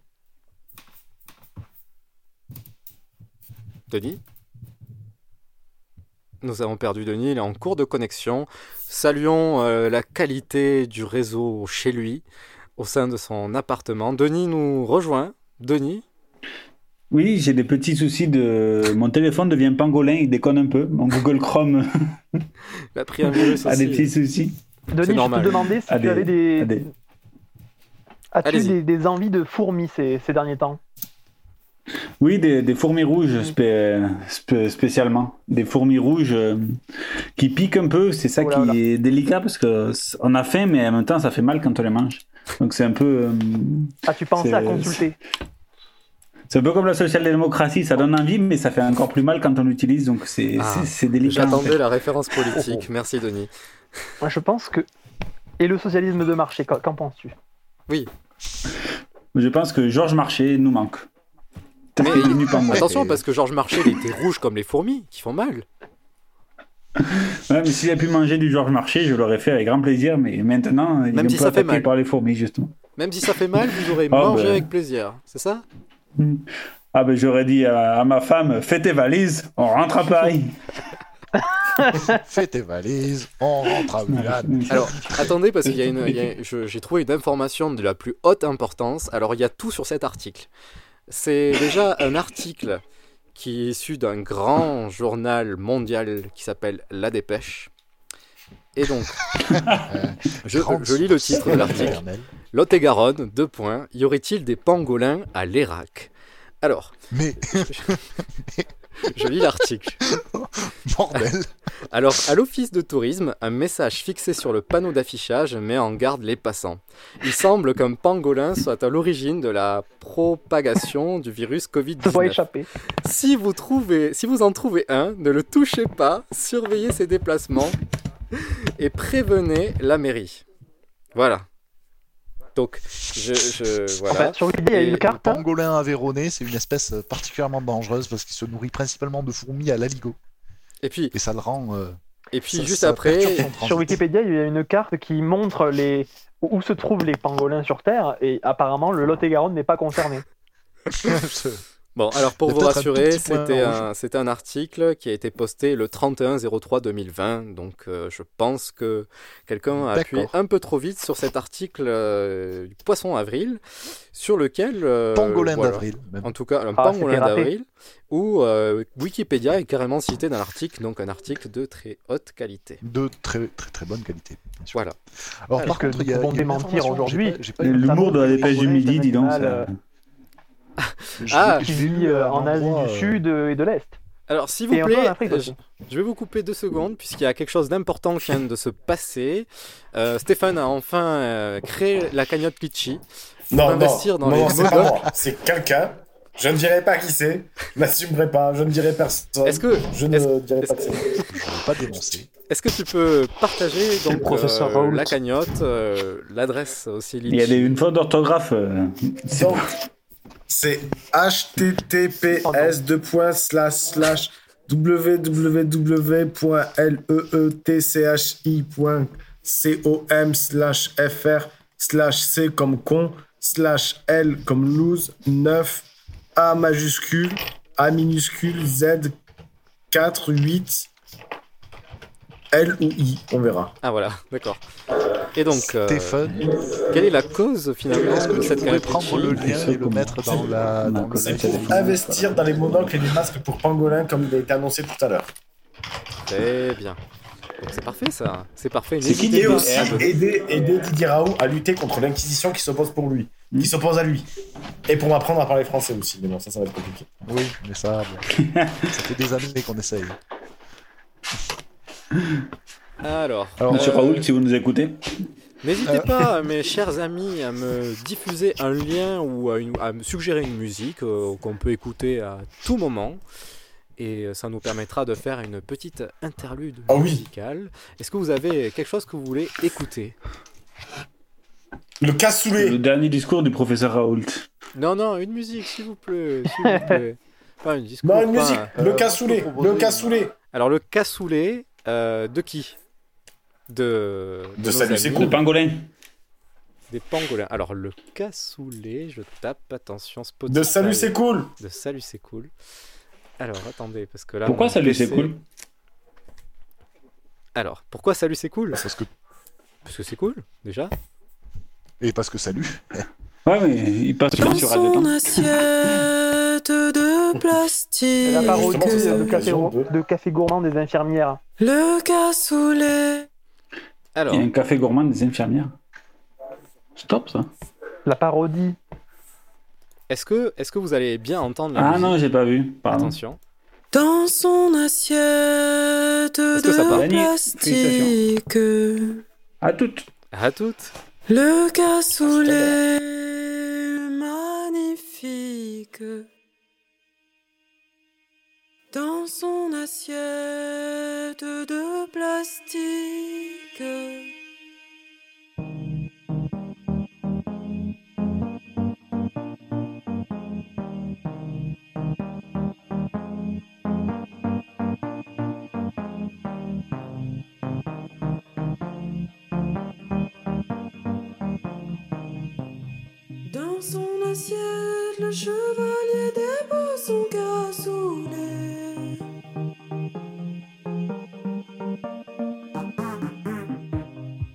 E: Denis Nous avons perdu Denis, il est en cours de connexion. Saluons euh, la qualité du réseau chez lui, au sein de son appartement. Denis nous rejoint. Denis
F: Oui, j'ai des petits soucis de. Mon téléphone devient pangolin, il déconne un peu. Mon Google Chrome
E: Il a pris un virus
F: a des
E: aussi.
F: petits soucis.
H: Denis, je peux te demander si
F: À
H: tu avais des.
F: à des-
H: As-tu
F: Allez-y.
H: des, des envies de fourmis ces, ces derniers temps
F: Oui, des, des fourmis rouges spé- spé- spécialement. Des fourmis rouges euh, qui piquent un peu. C'est ça
E: Oh
F: qui est délicat parce que c- on a faim, mais en même temps, ça fait mal quand on les mange. Donc c'est un peu. euh,
H: Ah, tu pensais
F: c'est-
E: euh,
H: à consulter
F: C'est un peu comme la social-démocratie. Ça donne envie, mais ça fait encore plus mal quand on l'utilise. Donc c'est
E: Ah,
F: c'est- c'est délicat. en
E: J'attendais
F: fait.
E: la référence politique. Merci Denis.
H: Moi, je pense que. Et le socialisme de marché, qu'en qu'en penses-tu
E: Oui.
F: Je pense que Georges Marchais nous manque. Peut-être qu'il est devenu pangolin.
E: Attention parce que Georges Marchais il était rouge comme les fourmis qui font mal.
F: Ouais, mais s'il a pu manger du Georges Marché, je l'aurais fait avec grand plaisir, mais maintenant, il
E: Même
F: est
E: si
F: un peu
E: ça fait
F: attaqué
E: mal.
F: par les fourmis, justement.
E: Même si ça fait mal, vous aurez
F: Ah,
E: mangé
F: ben.
E: avec plaisir, c'est ça
F: Ah ben j'aurais dit à, à ma femme, fais tes valises, on rentre à Paris.
A: Fais tes valises, on rentre à Mulan.
E: Alors, attendez, parce qu'il y a une. il y a- je- J'ai trouvé une information de la plus haute importance. Alors, il y a tout sur cet article. C'est déjà un article qui est issu d'un grand journal mondial qui s'appelle La Dépêche. Et donc, je, je lis le titre de l'article. Lot-et-Garonne, deux points. Y aurait-il des pangolins à l'Érac Alors.
A: Mais.
E: Je lis l'article.
A: Bordel.
E: Alors, à l'office de tourisme, un message fixé sur le panneau d'affichage met en garde les passants. Il semble qu'un pangolin soit à l'origine de la propagation du virus
H: Ça doit
E: Covid-19.
H: échapper.
E: Si vous, trouvez, si vous en trouvez un, ne le touchez pas, surveillez ses déplacements et prévenez la mairie. Voilà. Donc, je. je- voilà. Et-
A: Le
H: hein.
A: pangolin aveyronais, c'est une espèce euh, particulièrement dangereuse parce qu'il se nourrit principalement de fourmis à l'aligot.
E: Et puis.
A: Et ça le rend. euh,
E: Et puis
A: ça-
E: juste
A: ça
E: après-
A: perturbe son transit.
H: Sur Wikipédia, il y a une carte qui montre les... où se trouvent les pangolins sur Terre, et apparemment, le Lot-et-Garonne n'est pas concerné.
E: Bon, alors pour
H: Il y a
E: vous
H: peut-être un tout
E: rassurer,
H: petit point
E: c'était
H: rouge.
E: un, c'était un article qui a été posté le 31-03-2020, donc euh, je pense que quelqu'un a appuyé
A: D'accord.
E: un peu trop vite sur cet article euh, du Poisson Avril, sur lequel... euh,
A: Pangolin
E: voilà.
A: d'avril, même.
E: En tout cas, un
A: Ah,
E: pangolin
A: c'était raté.
E: d'avril, où euh, Wikipédia est carrément cité dans l'article, donc un article de très haute qualité.
A: De très très très bonne qualité.
E: Voilà.
A: Alors, par
E: que
A: contre, il y a-
E: nous pouvons
A: il y a une
E: démentir
A: information que
E: aujourd'hui.
A: j'ai pas- j'ai pas eu le temps
F: L'humour de la dépêche du
H: pangolins,
F: midi, dis donc.
H: animal,
B: euh,
F: Ça.
E: Ah,
H: qui vit euh, en Asie du Sud euh, et de l'Est.
E: Alors, s'il vous
H: Et un peu en
E: plaît,
H: Afrique
E: euh, je,
H: aussi.
E: je vais vous couper deux secondes puisqu'il y a quelque chose d'important qui vient de se passer. Euh, Stéphane a enfin euh, créé la cagnotte Litchi. Faut
B: Non, non,
E: investir dans
B: non,
E: les
B: c'est pas moi, c'est quelqu'un. Je ne dirai pas qui c'est, je n'assumerai pas, je ne dirai personne. Est-ce
E: que
B: je ne dirai pas qui c'est
A: pas dénoncer.
E: Est-ce que tu peux partager
B: le
E: donc,
B: professeur
E: euh,
B: Raoult.
E: la cagnotte, euh, l'adresse aussi
F: Il y a
E: Litchi
F: des- une faute d'orthographe. euh, c'est-
B: C'est https deux points slash slash E www.leetchi.com slash fr slash c comme con slash l comme loose 9 a majuscule a minuscule z 4 8 l ou i on verra
E: Ah voilà, d'accord. Et donc, euh,
A: Stéphane.
E: quelle est la cause finalement
A: Est-ce que
E: de
A: tu
E: cette
A: pourrais
E: cagnotte
A: prendre le lien et le mettre dans la dans le
B: c'est pour investir dans les monocles et les masques pour pangolins comme il a été annoncé tout à l'heure
E: Très Eh bien. Donc, C'est parfait ça, c'est parfait.
B: C'est qui
E: N'hésitez
B: Et
E: pas.
B: aussi aider, aider Didier Raoult à lutter contre l'Inquisition qui s'oppose pour lui, qui s'oppose à lui. Et pour m'apprendre à parler français aussi, mais bon, ça, ça va être compliqué.
A: Oui, mais ça, bon. ça fait des années qu'on essaye.
E: Alors,
F: Monsieur
E: euh,
F: Raoul, si vous nous écoutez.
E: N'hésitez
F: Euh.
E: pas, mes chers amis, à me diffuser un lien ou à, une- à me suggérer une musique euh, qu'on peut écouter à tout moment. Et euh, ça nous permettra de faire une petite interlude
B: Ah oui.
E: musicale. Est-ce que vous avez quelque chose que vous voulez écouter
B: Le cassoulet.
F: Le dernier discours du professeur Raoult.
E: Non, non, une musique, s'il vous plaît. s'il vous plaît. Pas une discours,
B: Non, Bah, une
E: pas
B: musique,
E: un-
B: le
E: Euh,
B: cassoulet, le cassoulet.
E: Alors, le cassoulet, euh, de qui De.
B: De
E: nos
B: Salut, c'est
E: amis.
B: cool. Des pangolins.
E: Des pangolins. Alors, le cassoulet, je tape, attention, Spotify.
B: De Salut, c'est cool.
E: De Salut, c'est cool. Alors, attendez, parce que là.
F: Pourquoi
E: mon
F: Salut, c'est
E: PC
F: cool
E: Alors, pourquoi Salut, c'est cool
A: Parce que.
E: Parce que c'est cool, déjà.
A: Et parce que salut.
F: Ouais, mais il passe
L: Dans
F: sur Radio
L: son
F: Temps.
L: assiette de plastique.
H: La parodie de, café, de café gourmand des infirmières.
L: Le cassoulet.
E: Alors.
F: Il y a un café gourmand des infirmières. Stop ça.
H: La parodie.
E: Est-ce que, est que vous allez bien entendre la
F: Ah
E: musique
F: non, j'ai pas vu. Pardon.
E: Attention.
L: Dans son assiette
E: que ça part
L: de plastique.
F: À toutes.
E: À toutes.
L: Le cassoulet magnifique. Dans son assiette de plastique.
M: Dans
L: l'assiette, le chevalier dépose son cassoulet.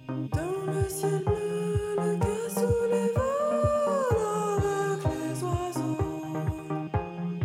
L: Dans le ciel bleu, le cassoulet vole avec les oiseaux.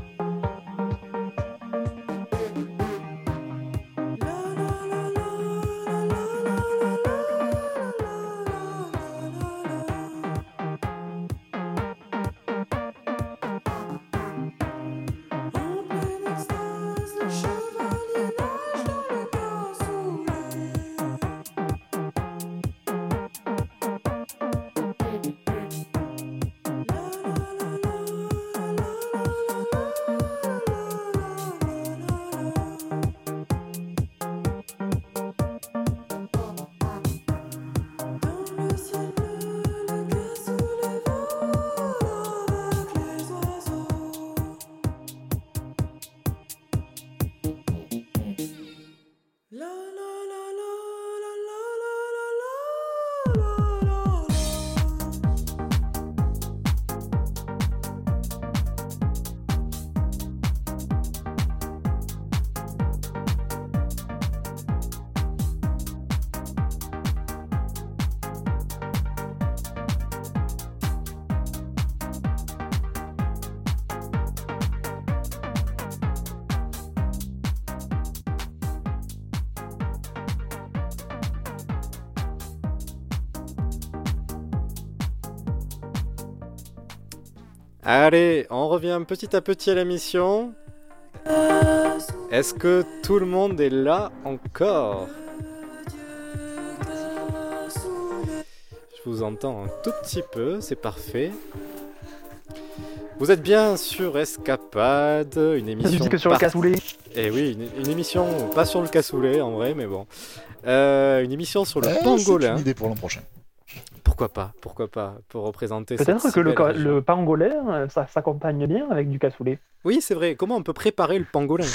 E: Allez, on revient petit à petit à la mission. Est-ce que tout le monde est là encore Je vous entends un tout petit peu, c'est parfait. Vous êtes bien sur Escapade, une émission.
H: que sur le cassoulet.
E: Eh oui, une, une émission pas sur le cassoulet en vrai, mais bon. Euh, une émission sur le
A: Eh, c'est
E: pangolin.
A: une idée pour l'an prochain.
E: Pourquoi pas Pourquoi pas Pour représenter.
H: Peut-être
E: cette
H: que le,
E: belle
H: ca-
E: région.
H: le pangolin, euh, ça s'accompagne bien avec du cassoulet.
E: Oui, c'est vrai. Comment on peut préparer le pangolin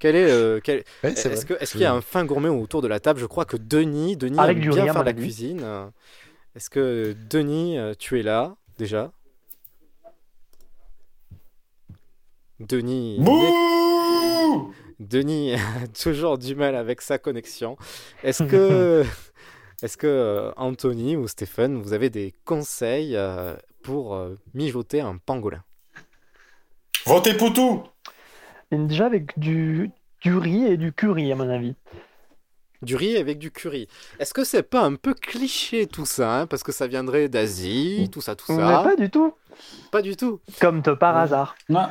E: Quel est euh, quel-
H: Ouais, c'est
E: Est-ce
H: vrai.
E: que- est-ce qu'il y a un fin gourmet autour de la table Je crois que Denis, Denis
H: Avec
E: aime
H: du
E: bien
H: riz, à
E: faire
H: mon
E: la
H: avis.
E: cuisine. Euh, Est-ce que Denis, euh, tu es là déjà Denis. Denis a toujours du mal avec sa connexion. Est-ce que, est-ce que euh, Anthony ou Stéphane, vous avez des conseils euh, pour euh, mijoter un pangolin
B: Votez Poutou
H: Et Déjà avec du, du riz et du curry, à mon avis.
E: Du riz avec du curry. Est-ce que c'est pas un peu cliché tout ça hein, Parce que ça viendrait d'Asie, tout ça, tout
H: Mais
E: ça.
H: pas du tout.
E: Pas du tout.
H: Comme de par hasard.
F: Non.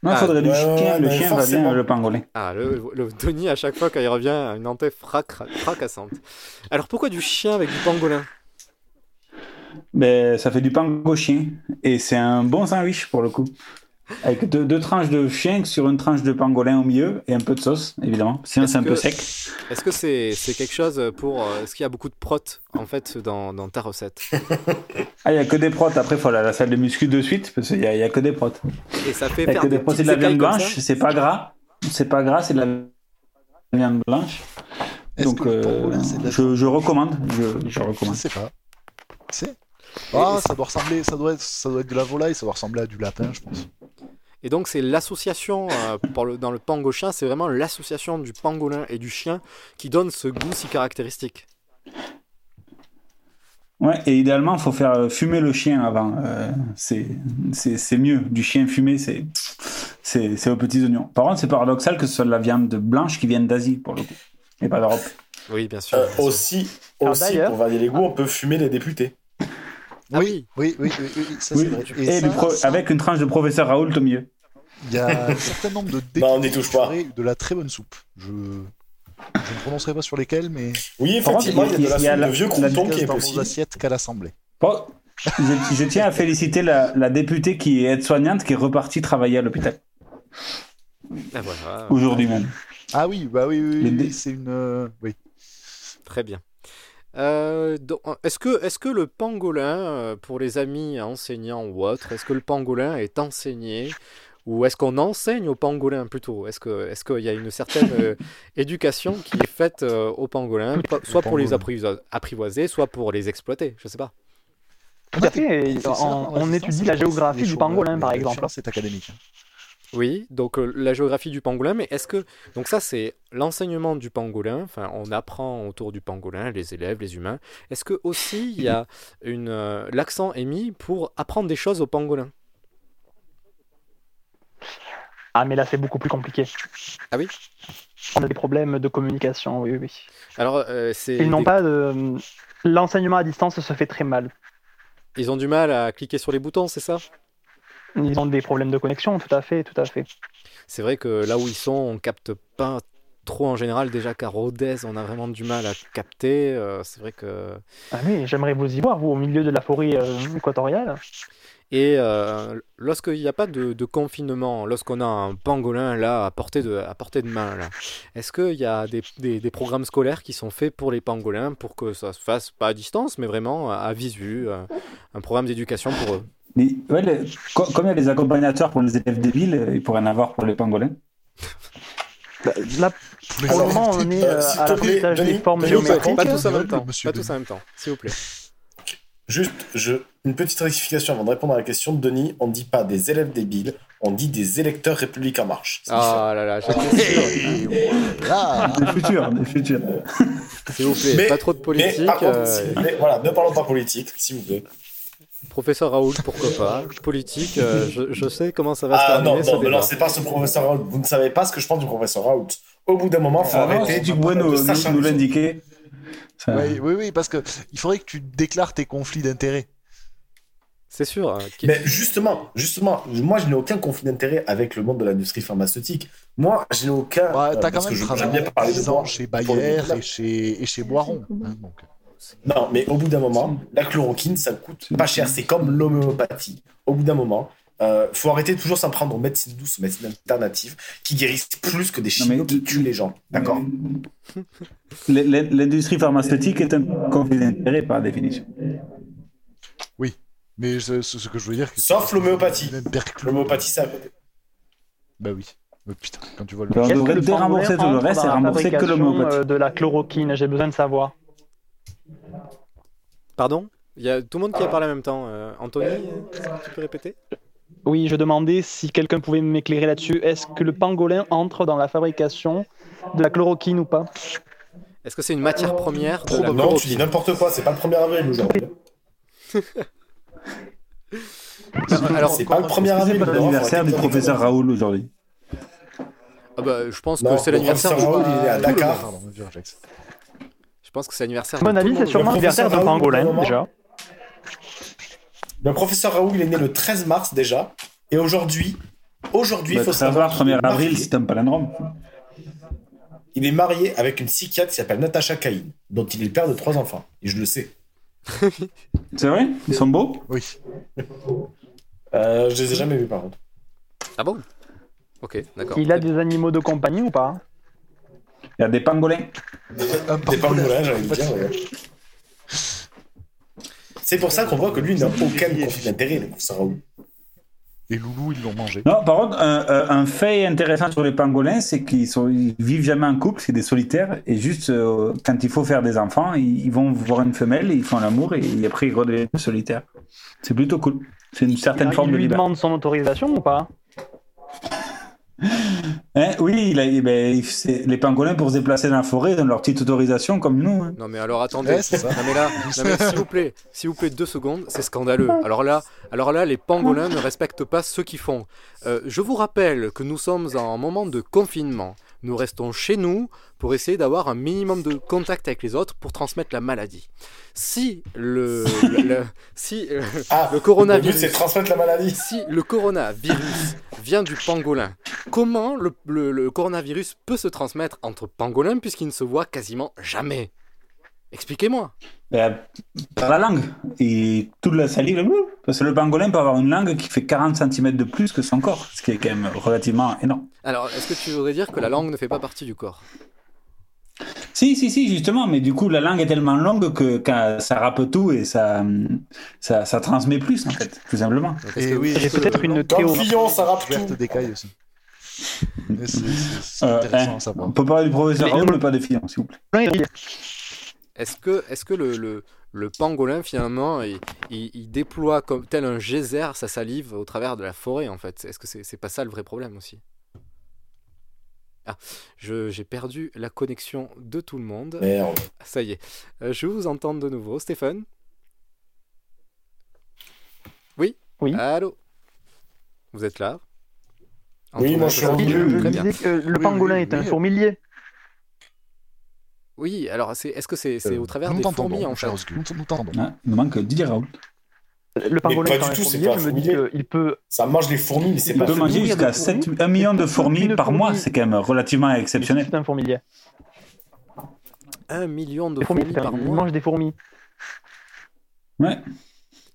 F: Non,
E: Ah,
F: faudrait du
E: ouais,
F: chien,
E: ouais,
F: le
E: ouais,
F: chien va
E: forcément.
F: bien, euh, le pangolin.
E: Ah, le, le Tony, à chaque fois, quand il revient, a une antenne fracra- fracassante. Alors pourquoi du chien avec du pangolin
F: Ben, ça fait du pango chien. Et c'est un bon sandwich pour le coup. Avec deux, deux tranches de chien sur une tranche de pangolin au milieu et un peu de sauce, évidemment. Sinon, c'est un
E: que-
F: peu sec.
E: Est-ce que c'est c'est quelque chose pour. euh, Est-ce qu'il y a beaucoup de protes, en fait, dans, dans ta recette
F: Ah, il n'y a que des protes. Après, il faut aller à la salle de muscu de suite parce qu'il n'y a, il y a que des protes.
E: Et ça fait
F: Il n'y a
E: faire
F: que des
E: des
F: protes. C'est
E: petites
F: de la
E: écailles
F: viande
E: comme ça
F: blanche, c'est pas gras. C'est pas gras, c'est de la viande blanche. Donc, euh, je, je recommande. Je, je recommande.
A: Je sais pas. C'est Ah, ça doit ressembler, ça doit, être, ça doit être de la volaille, ça doit ressembler à du lapin, je pense.
E: Et donc c'est l'association euh, pour le- dans le pango chien, c'est vraiment l'association du pangolin et du chien qui donne ce goût si caractéristique.
F: Ouais, et idéalement, il faut faire euh, fumer le chien avant. Euh, c'est c'est- c'est mieux. Du chien fumé, c'est c'est c'est aux petits oignons. Par contre, c'est paradoxal que ce soit de la viande blanche qui vienne d'Asie, pour le coup, et pas d'Europe.
E: Oui, bien sûr.
B: Euh, aussi,
F: Alors
B: aussi
F: d'ailleurs-
B: pour valider les goûts,
H: ah.
B: on peut fumer les députés.
E: Ah
A: oui, oui, oui, oui, oui, ça
F: Oui.
A: c'est vrai.
F: Et, du pro- Oh, avec une tranche de professeur Raoult au milieu.
A: Il y a un certain nombre de députés
B: Non, on n'y touche pas.
A: de la très bonne soupe. Je ne prononcerai pas sur lesquels, mais.
B: Oui, effectivement, il y a de la soupe de vieux
A: crouton
B: crouton qui est
A: dans vos
B: possible.
A: assiettes qu'à l'Assemblée.
F: Bon, Oh, je, je tiens à féliciter la, la députée qui est aide-soignante qui est repartie travailler à l'hôpital
E: Ah, voilà.
F: aujourd'hui même.
A: Ah oui, bah oui, oui,
F: Les
A: oui,
F: dé-
A: c'est une. euh, Oui.
E: Très bien. Euh, donc, est-ce que, est que le pangolin, euh, pour les amis enseignants ou autres, est-ce que le pangolin est enseigné ou est-ce qu'on enseigne au pangolin plutôt Est-ce que- est-ce qu'il est y a une certaine euh, éducation qui est faite euh, aux pangolins, soit pour les
A: pangolin.
E: apprivois- apprivoiser, soit pour les exploiter Je sais pas.
H: Tout à fait. et en- on étudie la géographie du pangolin, par exemple.
A: euh, C'est académique. hein.
E: Oui, donc euh, la géographie du pangolin, mais est-ce que... Donc ça, c'est l'enseignement du pangolin, enfin on apprend autour du pangolin, les élèves, les humains. Est-ce que aussi il y a une... euh, L'accent est mis pour apprendre des choses au pangolin
H: Ah, mais là, c'est beaucoup plus compliqué.
E: Ah oui
H: On a des problèmes de communication, oui, oui, oui.
E: Alors, euh, c'est...
H: Ils n'ont
E: des-
H: pas de. L'enseignement à distance se fait très mal.
E: Ils ont du mal à cliquer sur les boutons, c'est ça
H: Ils ont des problèmes de connexion, tout à fait, tout à fait.
E: C'est vrai que là où ils sont, on capte pas trop en général. Déjà qu'à Rodez, on a vraiment du mal à capter. euh, c'est vrai que.
H: Ah oui, j'aimerais vous y voir, vous, au milieu de la forêt euh, équatoriale.
E: Et euh, lorsqu'il n'y a pas de, de confinement, lorsqu'on a un pangolin là à portée de, à portée de main, là, est-ce qu'il y a des, des- des programmes scolaires qui sont faits pour les pangolins pour que ça se fasse pas à distance, mais vraiment à, à visu, euh, un programme d'éducation pour eux
F: Mais, ouais, le- co- comme il y a des accompagnateurs pour les élèves débiles, euh, il pourrait en avoir pour les pangolins.
H: Là,
F: pour
H: le moment, on est euh, à la connaissance des formes géométriques.
E: Pas tous en même temps, pas tous en même temps, s'il vous plaît.
B: Juste, je... une petite rectification avant de répondre à la question de Denis. On ne dit pas des élèves débiles, on dit des électeurs République en marche.
E: Ah là là, j'étais
A: Ah,
F: Des futurs, des futurs.
E: S'il vous plaît, pas trop de politique.
B: Mais, par contre,
E: euh,
B: s'il vous plaît, voilà, ne parlons pas politique, s'il vous plaît.
E: Professeur Raoul, pourquoi pas Politique, euh, je, je sais comment ça va se
B: Ah
E: terminer.
B: non,
E: ce
B: non, mais
E: débat.
B: lancez pas ce professeur Raoult. Vous ne savez pas ce que je pense du professeur Raoult. Au bout d'un moment, faut
F: Ah non,
B: arrêter.
F: si tu pouvais nous-
B: de
F: nous-
B: s'acharner
F: nous
B: sur-
F: l'indiquer. Ça-
A: Oui, oui, oui, parce que il faudrait que tu déclares tes conflits d'intérêts.
E: C'est sûr. euh,
B: Mais justement, justement, moi je n'ai aucun conflit d'intérêt avec le monde de l'industrie pharmaceutique. Moi, je n'ai aucun. euh,
A: T'as quand
B: parce que
A: même
B: je-
A: travaillé
B: j'aime bien parler de
A: 10
B: moi
A: ans chez
B: pour le
A: Bayer
B: monde de la-
A: et chez, et chez Boiron. hein, donc.
B: Non, mais au bout d'un moment, la chloroquine, ça coûte pas cher. C'est comme l'homéopathie. Au bout d'un moment, euh, faut arrêter de toujours s'en prendre aux médecines douces, aux médecines alternatives, qui guérissent plus que des chimios qui tuent les gens. D'accord
F: L- l- L'industrie pharmaceutique est un conflit d'intérêt par définition.
A: Oui, mais ce, ce- ce que je veux dire.
B: Sauf l'homéopathie. L'homéopathie, ça.
A: Bah oui. Mais putain, quand tu vois le.
F: Alors, on
H: Est-ce que
F: devrait
H: le pangolin
F: dérembourser tout le
H: entre
F: reste et
H: dans la
F: rembourser que
H: fabrication,
F: l'homéopathie.
H: euh, De la chloroquine, j'ai besoin de savoir.
E: Pardon Il y a tout le monde qui
B: Ah.
E: a parlé en même temps. Euh, Anthony, est-ce que tu peux répéter
H: Oui, je demandais si quelqu'un pouvait m'éclairer là-dessus. Est-ce que le pangolin entre dans la fabrication de la chloroquine ou pas
E: Est-ce que c'est une matière première de la
B: Probablement, tu
E: chloroquine
B: dis n'importe quoi. C'est pas le 1er avril aujourd'hui.
E: Alors,
B: c'est pas le 1er
F: Est-ce que
B: avril.
F: c'est pas
B: non,
F: l'anniversaire
B: faut arrêter
F: du
B: de-
F: professeur Raoul aujourd'hui
E: Ah bah, Je pense
B: Non,
E: que c'est
B: le
E: l'anniversaire de
B: professeur Raoul, il est à
E: tout le
B: Dakar.
E: monde. Je pense que c'est l'anniversaire
B: À mon
E: de tout
B: avis,
E: le
B: c'est
E: monde.
B: sûrement Le l'anniversaire
H: Faire de
B: professeur Raoul,
H: pangolin,
B: normalement.
H: déjà.
F: Bah,
B: Le Ben, professeur Raoul, il est né le 13 mars déjà. Et aujourd'hui, aujourd'hui, il
F: Bah,
B: faut
F: savoir,
B: savoir. qu'il est
F: 1er
B: marié.
F: avril, c'est un palindrome.
B: Il est marié avec une psychiatre qui s'appelle Natacha Cain, dont il est le père de trois enfants. Et je le sais.
F: C'est vrai Ils sont beaux
A: Oui.
B: Euh, je les ai jamais vus par contre.
E: Ah bon Ok, d'accord.
H: Il a des animaux de compagnie ou pas
F: Il y a des pangolins.
B: Des pangolins, j'ai envie de dire. ouais. C'est pour ça qu'on voit que lui n'a aucun conflit d'intérêt, le professeur Raoul.
A: Et Loulou, ils l'ont mangé.
F: Non, par contre, un, euh, un- un fait intéressant sur les pangolins, c'est qu'ils sont, ils vivent jamais en couple, c'est des solitaires, et juste euh, quand il faut faire des enfants, ils, ils vont voir une femelle, et ils font l'amour, et, après ils redeviennent solitaires. C'est plutôt cool. C'est une certaine
H: Ah, Il
F: forme de
H: lui
F: liberté.
H: demande son autorisation ou pas
F: Hein, oui, il a- eh ben, il- c'est- les pangolins pour se déplacer dans la forêt, ils ont leur petite autorisation comme nous. hein.
E: Non mais alors attendez,
F: Ouais, c'est ça.
E: non mais là, non, mais s'il vous plaît, s'il vous plaît deux secondes, c'est scandaleux. Alors là, alors là, les pangolins ne respectent pas ceux qui font. Euh, je vous rappelle que nous sommes en un moment de confinement. Nous restons chez nous pour essayer d'avoir un minimum de contact avec les autres pour transmettre la maladie. Si le, le- le- si euh, le
B: Ah, le
E: coronavirus,
B: but, c'est de transmettre la maladie.
E: Si le coronavirus vient du pangolin, comment le- le- le coronavirus peut se transmettre entre pangolins puisqu'il ne se voit quasiment jamais Expliquez-moi.
F: Ben, par la langue. Et toute la salive. blou. Parce que le pangolin peut avoir une langue qui fait 40 cm de plus que son corps, ce qui est quand même relativement énorme.
E: Alors, est-ce que tu voudrais dire que la langue ne fait pas partie du corps
F: Si, si, si, justement, mais du coup, la langue est tellement longue que, qu'un- ça rappe tout et ça, ça, ça transmet plus, en fait, tout simplement.
A: Et oui,
F: J'ai
A: est-ce que
F: peut-être
A: le- Comme
F: une théorie.
B: Fillon, ça rappe
A: Verte
B: tout.
A: des cailles aussi. Mais c'est- c'est- c'est
F: Euh,
A: intéressant
F: hein,
A: à savoir.
F: on peut parler du professeur
A: Mais-
F: Raoul, mais pas des filles, s'il vous plaît.
E: Est-ce que, est-ce que le, le- le pangolin finalement, il, il- il déploie comme tel un geyser sa salive au travers de la forêt en fait. Est-ce que c'est c'est pas ça le vrai problème aussi Ah, je- j'ai perdu la connexion de tout le monde.
B: Merde.
E: Ça y est, Euh, je vous entends de nouveau, Stéphane. Oui.
H: Oui.
E: Allô. Vous êtes là
B: Oui, moi, je suis en
E: Très
B: milieu.
E: bien.
B: Je
H: disais que, euh, le
E: Oui,
H: pangolin
E: oui,
H: est un
E: oui.
H: fourmilier.
E: Oui, alors c'est- est-ce que c'est c'est
F: Euh,
E: au travers
F: nous
E: des
F: t'entendons,
E: fourmis en fait
A: Nous t'entendons.
F: Ah, il nous manque Didier Raoult.
H: Le pangolin est un fourmilier, je me dis qu'il peut.
B: Ça mange les fourmis, mais c'est
F: Il
B: pas
F: peut
B: fait
F: manger
B: mourir
F: jusqu'à
B: de fourmis.
F: 7 1 million de fourmis par mois, c'est quand même relativement exceptionnel.
H: C'est un fourmilier.
E: Un million de
H: Des fourmis,
E: fourmis
H: putain,
E: par
H: il
E: mois.
H: mange des fourmis.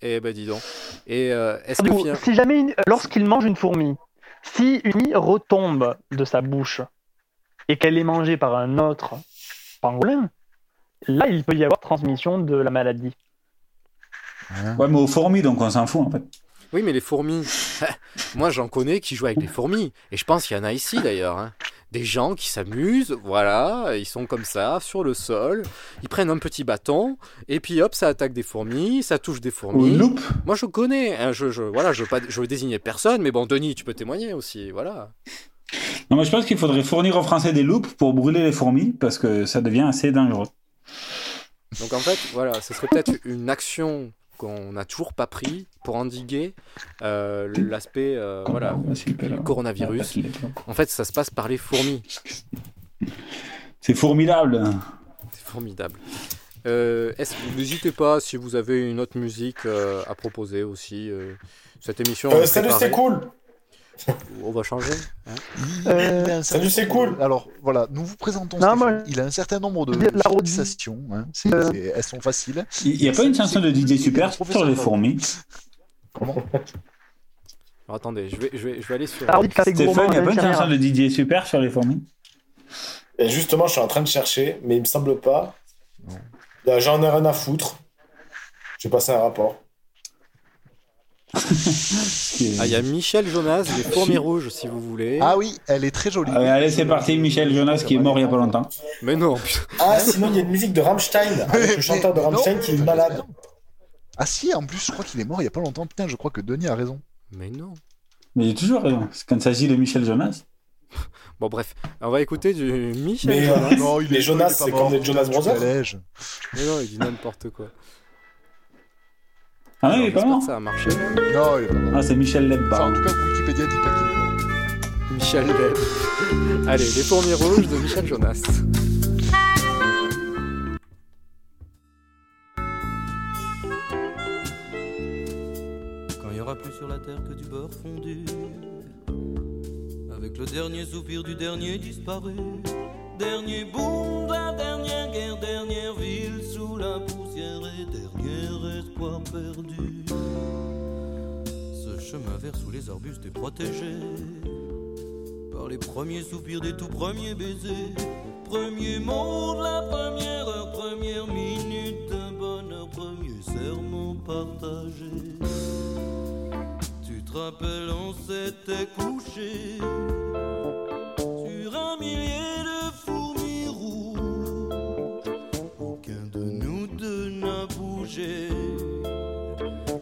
E: Eh ben dis donc. Et euh, est-ce
H: Du
E: que
H: coup,
E: finalement-
H: si jamais, une- lorsqu'il mange une fourmi, si une fourmi retombe de sa bouche et qu'elle est mangée par un autre pangolin, là, il peut y avoir transmission de la maladie.
F: Ouais, mais aux fourmis, donc on s'en fout en fait.
E: Oui, mais les fourmis. Moi, j'en connais qui jouent avec des fourmis. Et je pense qu'il y en a ici d'ailleurs. hein. Des gens qui s'amusent, voilà, ils sont comme ça, sur le sol, ils prennent un petit bâton, et puis hop, ça attaque des fourmis, ça touche des fourmis.
F: Ou une loupe.
E: Moi, je connais, hein, je, je, voilà, je veux, pas, je veux désigner personne, mais bon, Denis, tu peux témoigner aussi, voilà.
F: Non, mais je pense qu'il faudrait fournir aux Français des loupes pour brûler les fourmis, parce que ça devient assez dangereux.
E: Donc en fait, voilà, ce serait peut-être une action qu'on n'a toujours pas pris pour endiguer euh, l'aspect euh, voilà, du coronavirus. En fait, ça se passe par les fourmis.
F: C'est formidable.
E: C'est formidable. Euh, est-ce- N'hésitez pas si vous avez une autre musique euh, à proposer aussi. euh, cette émission.
B: Euh,
E: est
B: salut,
E: préparée.
B: c'est cool.
E: On va changer. hein.
A: Il a un certain
B: salut, c'est
A: nombre- Alors voilà, nous vous présentons.
B: Non,
A: Stéphane.
B: moi,
A: Il a un certain nombre de
B: la rodie.
A: fixations. hein. C'est- c'est- Elles sont faciles.
F: Il n'y a pas une chanson de Didier Super sur
A: professeur
F: les
A: Raoult.
F: fourmis
A: Comment
E: Alors, attendez, je vais, je, vais, je vais aller sur.
G: Ah,
F: Stéphane, il
H: Eh ben,
F: n'y a pas une chanson de Didier Super sur les fourmis
B: Et justement, je suis en train de chercher, mais il me semble pas. Là, J'en ai rien à foutre. J'ai passé un rapport.
E: Ah, il y a Michel Jonas, Les Fourmis Rouges, si vous voulez.
A: Ah oui, elle est très jolie.
F: Allez, Euh, allez, c'est parti, Michel Jonas qui est mort il n'y a pas longtemps.
E: Mais non, putain.
B: Ah, sinon, il y a une musique de Rammstein, avec Ah, le chanteur de Rammstein qui est malade.
A: Ah si, en plus, je crois qu'il est mort il y a pas longtemps. Putain, je crois que Denis a raison.
E: Mais non.
F: Mais j'ai toujours raison. Quand il s'agit de Michel Jonas,
E: Bon, bref, on va écouter du Michel
B: Mais, euh,
E: Jonas.
B: non, il est- Les Jonas,
A: pas
B: c'est
A: mort,
B: comme les Jonas
A: tu
B: Brothers.
A: allèges.
E: Mais non, il dit n'importe quoi.
F: Ah non, il est pas
E: j'espère
F: mort.
E: que Ça a marché.
A: Non, il est pas mort.
F: Ah, c'est Michel
A: Enfin,
F: Lebbar.
A: en tout cas, Wikipédia dit pas qu'il est mort.
E: Michel Leb. Allez, les fourmis rouges de Michel Jonas.
M: Quand il y aura plus sur la terre que du beurre fondu, avec le dernier soupir du dernier disparu, dernier boom de la dernière guerre, dernière ville sous la poussière et dernier espoir perdu. Ce chemin vert sous les arbustes est protégé par les premiers soupirs des tout premiers baisers, premier mot de la première heure, première minute d'un bonheur, premier serment partagé. Tu te rappelles, on s'était couché sur un millier de fourmis rouges. Aucun de nous deux n'a bougé.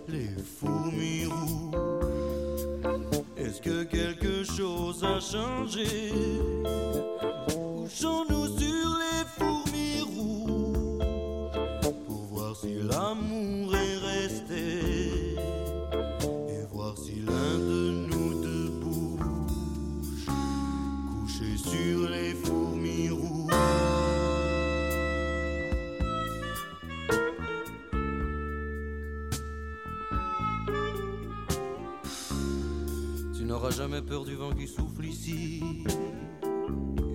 M: Les fourmis rouges. Est-ce que quelque chose a changé? Couchons-nous sur les fourmis rouges pour voir si l'amour est resté et voir si l'un de nous deux bouge, couché sur les fourmis rouges. Tu n'auras jamais peur du vent qui souffle ici.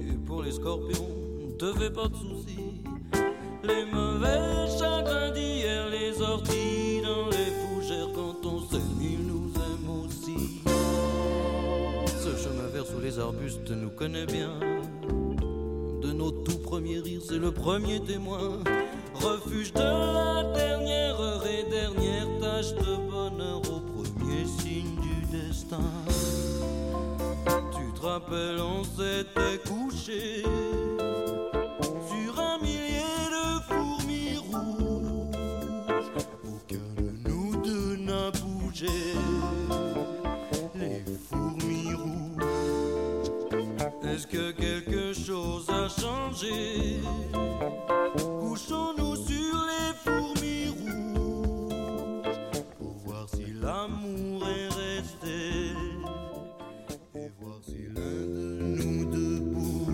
M: Et pour les scorpions, ne te fais pas de soucis. Les mauvais chagrins d'hier, les orties dans les fougères, quand on s'aime, ils nous aiment aussi. Ce chemin vert sous les arbustes nous connaît bien. De nos tout premiers rires, c'est le premier témoin. Refuge de la dernière heure et dernière tâche de bonheur au premier signe du destin. Tu te rappelles, on s'était couché sur un millier de fourmis rouges. que quelque chose a changé. Couchons-nous sur les fourmis rouges pour voir si l'amour est resté et voir si l'un de nous debout.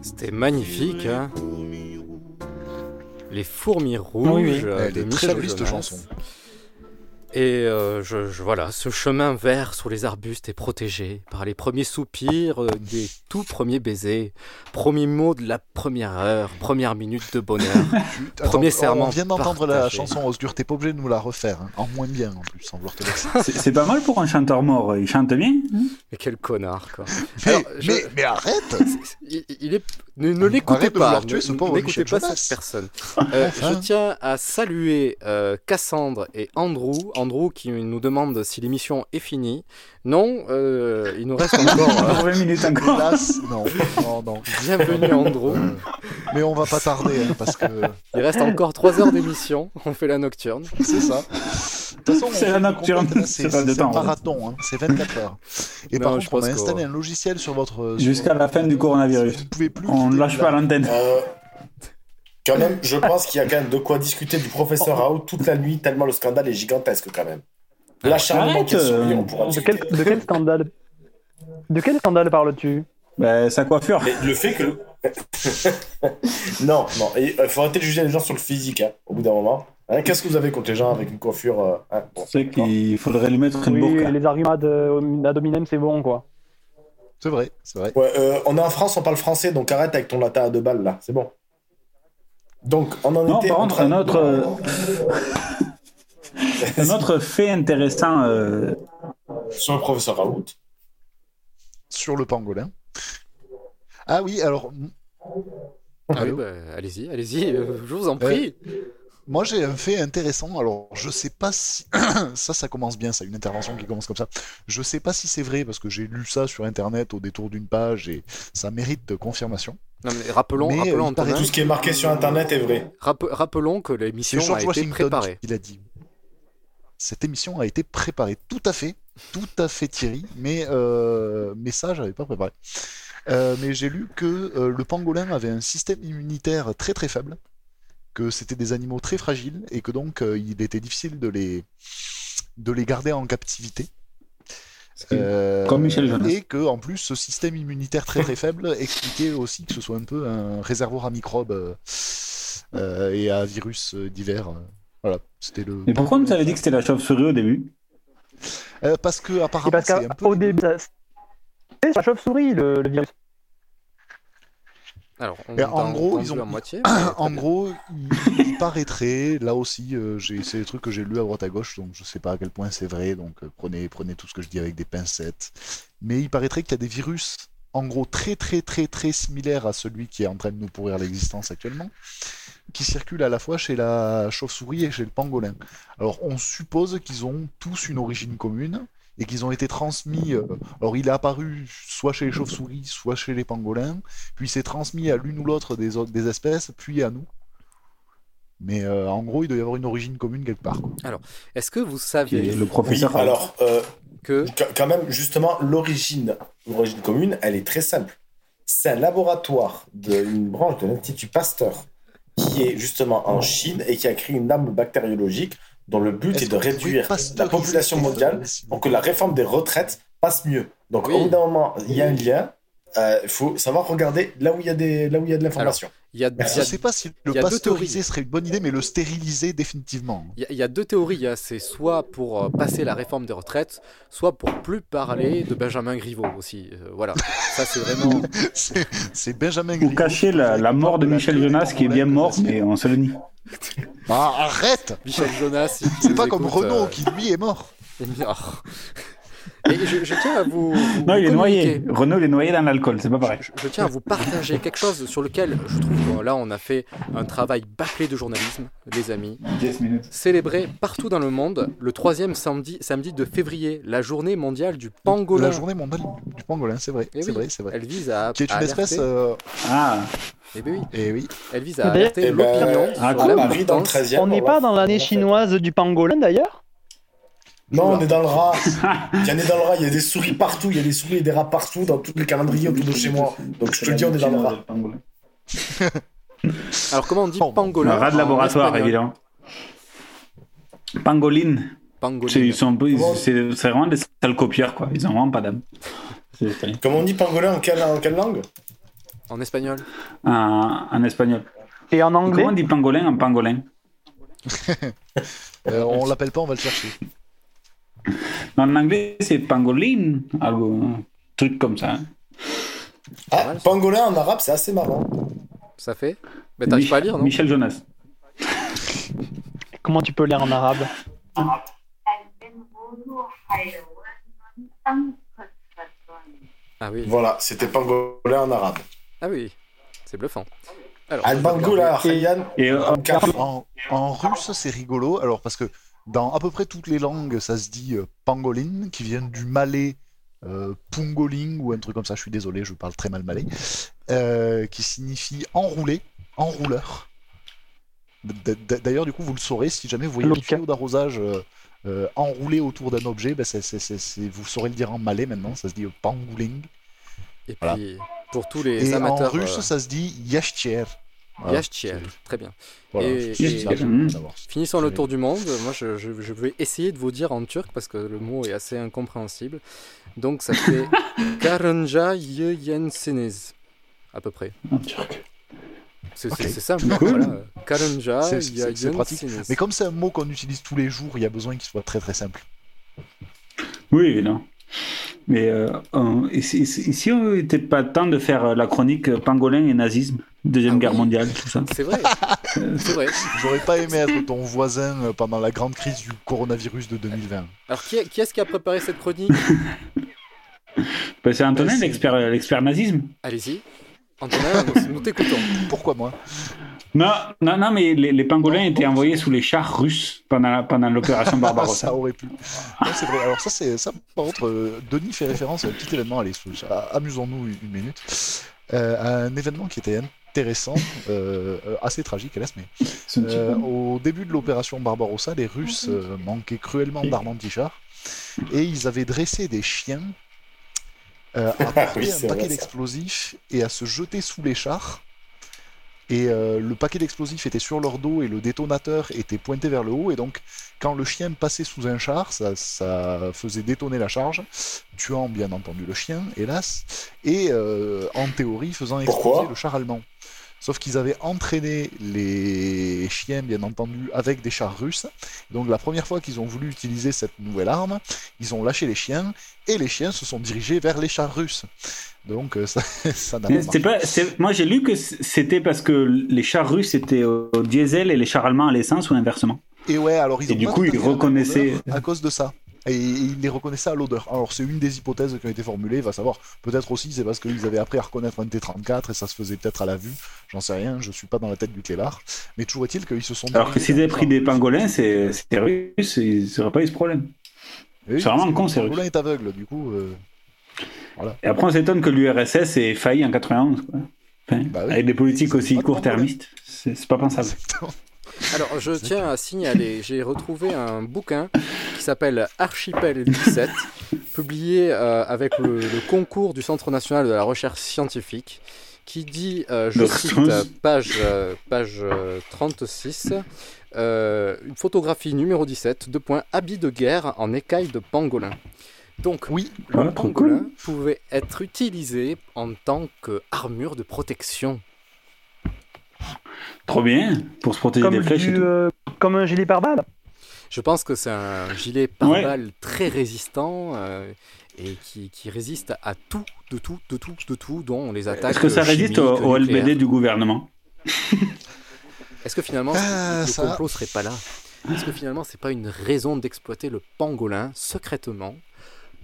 E: C'était magnifique. hein. Les fourmis rouges
A: Ah Oui, oui.
E: euh,
A: Elle
E: de
A: est très
E: Michel
A: jolie, cette
E: Jonas.
A: chanson.
E: Et euh, je, je- voilà, ce chemin vert sous les arbustes est protégé par les premiers soupirs euh, des tout premiers baisers, premiers mots de la première heure, première minute de bonheur,
A: Attends,
E: premier
A: on-
E: serment.
A: On vient d'entendre la
E: partagé.
A: chanson Osgur, t'es pas obligé de nous la refaire. hein. En moins bien, en plus, sans vouloir te laisser.
F: C'est c'est pas mal pour un chanteur mort. Il chante bien. hein
E: Mais quel connard, quoi.
A: Mais,
E: Alors, je-
A: mais- mais arrête Ah
E: Il, il est... Ne, ne l'écoutez
A: Arrête de
E: pas,
A: vouloir tuer ce
E: ne-
A: pauvre
E: Ah, n'écoutez
A: Michel
E: pas
A: Jonas.
E: cette personne. Euh, je tiens à saluer euh, Cassandre et Andrew. Andrew qui nous demande si l'émission est finie. Non, euh, il nous reste encore. euh,
F: 20 minutes encore.
A: Hélas, non, non, non.
E: bienvenue Andrew.
A: Mais on va pas tarder, hein, parce que.
E: Il reste encore 3 heures d'émission. On fait la nocturne.
A: C'est ça. De toute façon, on
F: C'est la
A: fait-
F: nocturne,
A: on comprend que
F: c'est
A: C'est
F: pas
A: c'est
F: de temps,
A: un
F: ouais.
A: marathon, hein, c'est 24 heures. Et
E: Non,
A: par
E: je
A: contre, on
E: pense
A: a
E: qu'on-
A: installé un logiciel sur votre. euh, sur
F: Jusqu'à la fin du coronavirus. On ne lâche pas l'antenne.
B: Euh, Quand même, je pense qu'il y a quand même de quoi discuter du professeur Raoult toute la nuit, tellement le scandale est gigantesque quand même. L'acharnement
H: Arrête,
B: qu'il y a sur lui,
H: euh,
B: on pourra
H: de,
B: discuter.
H: quel, de quel scandale De quel scandale parles-tu
F: Ben, sa coiffure.
B: Mais le fait que. non, non, il faut arrêter de juger les gens sur le physique, hein, au bout d'un moment. Hein, Qu'est-ce que vous avez contre les gens avec une coiffure euh, hein, bon.
F: C'est qu'il faudrait lui mettre une
H: Oui,
F: burqa.
H: les arguments de- ad hominem, c'est bon, quoi.
A: C'est vrai, c'est vrai.
B: Ouais, euh, on est en France, on parle français, donc arrête avec ton latin à deux balles là, c'est bon. Donc, on en
F: Non,
B: était.
F: par
B: en
F: contre,
B: train
F: un
B: de-
F: autre, euh, un autre fait intéressant. euh,
B: Sur le professeur Raoult.
A: Sur le pangolin. Ah oui, alors. m-
E: Ah oui,
A: Allô
E: bah, allez-y, allez-y, euh, je vous en prie.
A: Euh, moi, j'ai un fait intéressant. Alors, je sais pas si. ça, ça commence bien, ça, une intervention qui commence comme ça. Je sais pas si c'est vrai, parce que j'ai lu ça sur Internet au détour d'une page et ça mérite confirmation.
E: Non, mais rappelons,
A: Mais, euh,
E: rappelons,
A: il paraît
E: Antonin,
A: tout ce qui est marqué sur Internet est vrai.
E: Rappe- rappelons que
A: C'est
E: l'émission a
A: George
E: été
A: Washington
E: préparée.
A: qui l'a dit. Cette émission a été préparée, tout à fait, tout à fait Thierry, mais, euh, mais ça, j'avais pas préparé. Euh, mais j'ai lu que euh, le pangolin avait un système immunitaire très très faible, que c'était des animaux très fragiles et que donc euh, il était difficile de les, de les garder en captivité. Euh,
F: Comme Michel Jonas.
A: Et que en plus ce système immunitaire très très faible expliquait aussi que ce soit un peu un réservoir à microbes euh, euh, et à virus euh, divers. euh. Voilà, c'était le.
F: Mais pourquoi on nous avait dit que c'était la chauve-souris au début
A: Euh, parce que apparemment
H: Et parce
A: c'est un peu.
H: qu'au début, ça- c'est la chauve-souris, le, le virus.
E: Alors, on
A: Et
E: t'a
A: en gros,
E: entendu
A: Oh, ils ont.
E: à moitié. mais très
A: en
E: bien.
A: gros, il, il paraîtrait. Là aussi, euh, j'ai- c'est des trucs que j'ai lus à droite à gauche, donc je sais pas à quel point c'est vrai. Donc euh, prenez, prenez tout ce que je dis avec des pincettes. Mais il paraîtrait qu'il y a des virus, en gros, très très très très similaires à celui qui est en train de nous pourrir l'existence actuellement, qui circulent à la fois chez la chauve-souris et chez le pangolin. Alors on suppose qu'ils ont tous une origine commune et qu'ils ont été transmis. euh, alors il est apparu soit chez les chauves-souris, soit chez les pangolins, puis s'est transmis à l'une ou l'autre des, autres- des espèces, puis à nous. Mais euh, en gros, il doit y avoir une origine commune quelque part. quoi.
E: Alors, est-ce que vous saviez
B: Oui, alors, euh,
E: que...
B: qu- quand même, justement, l'origine l'origine commune, elle est très simple. C'est un laboratoire d'une branche de l'Institut Pasteur qui est justement en Chine et qui a créé une arme bactériologique dont le but
A: Est-ce
B: est, de
A: qu'on pourrait
B: réduire la
A: pasteuriser
B: population
A: les
B: mondiale pour que la réforme des retraites passe mieux. Donc,
E: Oui.
B: au bout d'un moment, il y a un lien. Il faut savoir regarder là où il y a, des, là où il y a de l'information.
E: Il y a, il y
A: Je
E: a-
A: sais pas si le
E: il y a deux
A: pasteuriser serait une bonne idée, mais le stériliser définitivement.
E: Il y a- il y, a deux théories. hein. C'est soit pour euh, passer la réforme des retraites, soit pour plus parler de Benjamin Griveaux aussi. Euh, voilà. Ça, c'est vraiment.
A: C'est c'est Benjamin
F: Ou
A: Griveaux.
F: cacher la, la mort de Michel Jonas qui est bien mort, mais on se le nie.
A: Ah, arrête
E: Michel Jonas. si tu
A: C'est
E: nous
A: pas comme
E: écoutes,
A: Renaud
E: euh,
A: qui, lui, est mort.
E: oh. Et je, je tiens à vous. vous-
F: Non, il est
E: vous
F: noyé.
E: communiquer.
F: Renaud, il est noyé dans l'alcool, c'est pas pareil.
E: Je tiens à vous partager quelque chose sur lequel je trouve euh, là on a fait un travail bâclé de journalisme, les amis.
F: 10 minutes.
E: Célébré partout dans le monde le troisième samedi, samedi de février, la journée mondiale du pangolin.
A: La journée mondiale du pangolin, c'est vrai.
E: Eh
A: C'est
E: oui,
A: vrai, c'est vrai.
E: Elle vise à.
A: Qui est
E: à
A: une espèce.
E: alerter-
A: euh,
F: Ah,
E: Eh ben oui.
A: Eh oui.
E: Elle vise à
H: D'ailleurs-
E: alerter
B: Eh ben,
E: l'opinion
B: à
E: sur
B: Paris, dans le
E: l'importance.
B: 13e,
H: On n'est
B: va-
H: pas dans l'année chinoise du pangolin, d'ailleurs
B: Non, on est dans le rat. Il y en a dans le rat, il y a des souris partout, il y a des souris et des rats partout dans tout le calendrier autour de chez moi. Donc je te dis, on est dans le rat.
E: Alors comment on dit pangolin
F: Un rat de
E: en
F: laboratoire,
E: espagnol
F: évidemment. Pangoline. C'est ils sont- ils- c'est- c'est vraiment des sales copieurs, quoi. Ils ont vraiment pas d'âme.
B: Comment on dit pangolin en quelle, en quelle langue
E: En espagnol.
F: En, en espagnol.
H: Et en anglais
F: Comment on dit pangolin en pangolin
A: Euh, on l'appelle pas, on va le chercher.
F: En anglais, c'est pangolin, algo, un truc comme ça. hein.
B: Ah, pangolin en arabe, c'est assez marrant.
E: Ça fait Mais t'arrives pas à lire, non
F: Michel Jonas.
H: Comment tu peux lire en arabe
E: Ah oui.
B: Voilà, c'était pangolin en arabe.
E: Ah oui, c'est bluffant. Alors,
B: Al-Bangula, Ryan.
F: euh,
A: en, en- en russe, c'est rigolo. Alors, parce que dans à peu près toutes les langues, ça se dit euh, pangolin, qui vient du malais euh, pungoling ou un truc comme ça. Je suis désolé, je parle très mal malais. euh, qui signifie enroulé, enrouleur. D- d- D'ailleurs, du coup, vous le saurez si jamais vous voyez le tuyau d'arrosage euh, euh, enroulé autour d'un objet, ben, c'est- c'est- c'est- c'est- vous saurez le dire en malais maintenant. Ça se dit euh, pangoling.
E: Et puis,
A: Voilà.
E: pour tous les
A: Et en
E: amateurs.
A: russe,
E: euh,
A: ça se dit yashtier. Voilà.
E: Yashtiel, très bien.
A: Voilà,
E: et,
A: je-
E: et-
A: ça, je
F: Hmm.
A: voulais savoir.
E: finissons le tour du monde. Moi, je, je- je vais essayer de vous dire en turc parce que le mot est assez incompréhensible. Donc, ça fait Karanja Yenseniz, à peu près.
F: En turc.
E: C'est
A: Ok.
E: c'est- c'est simple.
A: Cool.
E: Voilà. Karanja
A: C'est- C'est c'est pratique.
E: Yenseniz.
A: Mais comme c'est un mot qu'on utilise tous les jours, il y a besoin qu'il soit très très simple.
F: Oui, évidemment. Mais euh, on- et si, et si on n'était pas temps de faire euh, la chronique euh, pangolin et nazisme,
A: Ah
F: Deuxième Guerre mondiale, tout ça
E: C'est vrai. C'est vrai.
A: J'aurais pas aimé être ton voisin euh, pendant la grande crise du coronavirus de 2020.
E: Alors, qui, est- qui est-ce qui a préparé cette chronique
F: Ben, C'est Antonin,
A: Bah,
E: Merci.
F: l'expert euh, l'expert nazisme.
E: Allez-y. Antonin, nous, nous t'écoutons.
A: Pourquoi moi
F: Non, non, non, mais les, les
A: Oh,
F: pangolins étaient envoyés sous les chars russes pendant, pendant l'opération Barbarossa.
A: ça aurait pu. Non, c'est vrai. Alors ça, c'est ça. Par contre, euh, Denis fait référence à un petit événement. Allez, sous- à- amusons-nous une minute. Euh, à un événement qui était intéressant, euh, euh, assez tragique, hélas, mais
F: un petit
A: euh,
F: peu.
A: au début de l'opération Barbarossa, les Russes euh, manquaient cruellement d'armes anti-chars et ils avaient dressé des chiens euh, à porter
B: Ah Oui,
A: un
B: c'est vrai,
A: paquet
B: ça.
A: d'explosifs et à se jeter sous les chars. Et euh, le paquet d'explosifs était sur leur dos et le détonateur était pointé vers le haut. Et donc, quand le chien passait sous un char, ça, ça faisait détonner la charge, tuant bien entendu le chien, hélas, et euh, en théorie faisant exploser
B: Pourquoi
A: le char allemand. Sauf qu'ils avaient entraîné les chiens, bien entendu, avec des chars russes. Donc la première fois qu'ils ont voulu utiliser cette nouvelle arme, ils ont lâché les chiens et les chiens se sont dirigés vers les chars russes. Donc euh, ça, ça n'a pas
F: Mais c'était
A: marché.
F: pas- c'est- moi j'ai lu que c'était parce que les chars russes étaient au au diesel et les chars allemands à l'essence ou inversement.
A: Et ouais, alors ils
F: Et
A: ont
F: du
A: pas
F: coup,
A: tout à
F: ils
A: fait hein, la même
F: reconnaissaient-
A: odeur à cause de ça. Et ils les reconnaissaient à l'odeur. Alors c'est une des hypothèses qui ont été formulées, va savoir. Peut-être aussi c'est parce qu'ils avaient appris à reconnaître un T34 et ça se faisait peut-être à la vue. J'en sais rien, je suis pas dans la tête du clébard. Mais toujours est-il qu'ils se sont
F: Alors que
A: dirigés
F: s'ils avaient
A: vers
F: pris des pangolins, c'est- c'était russe, ils n'auraient pas eu ce problème.
A: Oui,
F: c'est vraiment
A: parce que
F: con, c'est
A: le
F: russe.
A: Roulin est aveugle, du coup. euh, Voilà.
F: Et après on s'étonne que l'URSS ait failli en 91. quoi. Enfin, Avec des politiques aussi court-termistes, c'est c'est pas pensable.
E: Alors, je tiens à signaler, j'ai retrouvé un bouquin qui s'appelle Archipel 17, publié euh, avec le, le concours du Centre national de la recherche scientifique, qui dit, euh, je
F: Donc,
E: cite,
F: chose.
E: euh, page, euh, page euh, 36, euh, une photographie numéro 17, deux points, habit de guerre en écaille de pangolin. Donc,
A: oui,
E: le
F: Ah, trop
E: pangolin pouvait être utilisé en tant qu'armure de protection.
F: Trop bien, pour se protéger
H: Comme
F: des flèches. et
H: du,
F: tout.
H: euh, comme un gilet pare-balles
E: Je pense que c'est un gilet
F: Ouais.
E: pare-balles très résistant euh, et qui, qui résiste à tout, de tout, de tout, de tout, dont les attaques.
F: Est-ce que ça
E: euh,
F: résiste au,
E: chimiques,
F: au
E: nucléaires.
F: LBD du gouvernement
E: Est-ce que finalement
A: Ah,
E: le
A: ça.
E: complot serait pas là Est-ce que finalement c'est pas une raison d'exploiter le pangolin secrètement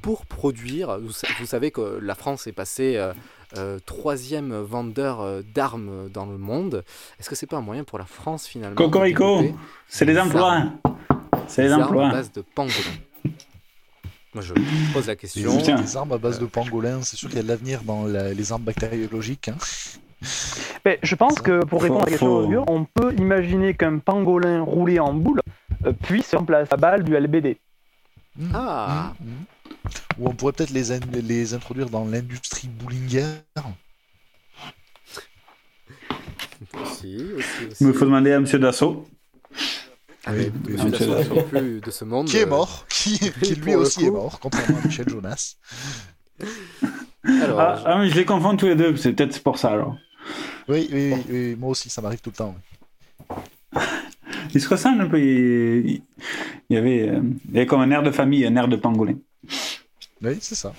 E: pour produire vous, sa- vous savez que la France est passée euh, euh, troisième vendeur euh, d'armes dans le monde. Est-ce que c'est pas un moyen pour la France finalement de
F: Cocorico,
E: développer
F: c'est les
E: des
F: emplois.
E: armes
F: C'est les
E: Des armes
F: emplois.
E: à base de pangolin. Moi, je pose la
A: Des
E: question.
A: des armes à base de pangolins, c'est sûr qu'il y a de l'avenir dans la- les armes bactériologiques. hein.
H: Mais je pense que pour répondre à la question
A: Faut-
H: de Roger, on peut imaginer qu'un pangolin roulé en boule euh, puisse remplacer la balle du LBD.
E: Ah
A: Mmh. Ou on pourrait peut-être les, in- les introduire dans l'industrie bowlingère.
E: Aussi, aussi, aussi.
F: Il me faut demander à M. Dassault.
E: Ah oui, monsieur
F: Oui, monsieur
E: Dassault n'est
F: Dassault.
E: plus de ce monde.
A: Qui est
E: euh,
A: mort, qui, qui
E: pour
A: lui
E: le
A: aussi est
E: coup.
A: mort, contrairement à Michel Jonas.
E: Alors,
F: ah, ah, mais je les confonds tous les deux, c'est peut-être pour ça alors.
A: Oui, oui, oui, oui, moi aussi, ça m'arrive tout le temps. oui.
F: Ils se ressemblent un peu. ils- Il y avait, euh, il y avait comme un air de famille, un air de pangolin.
A: Oui, c'est ça.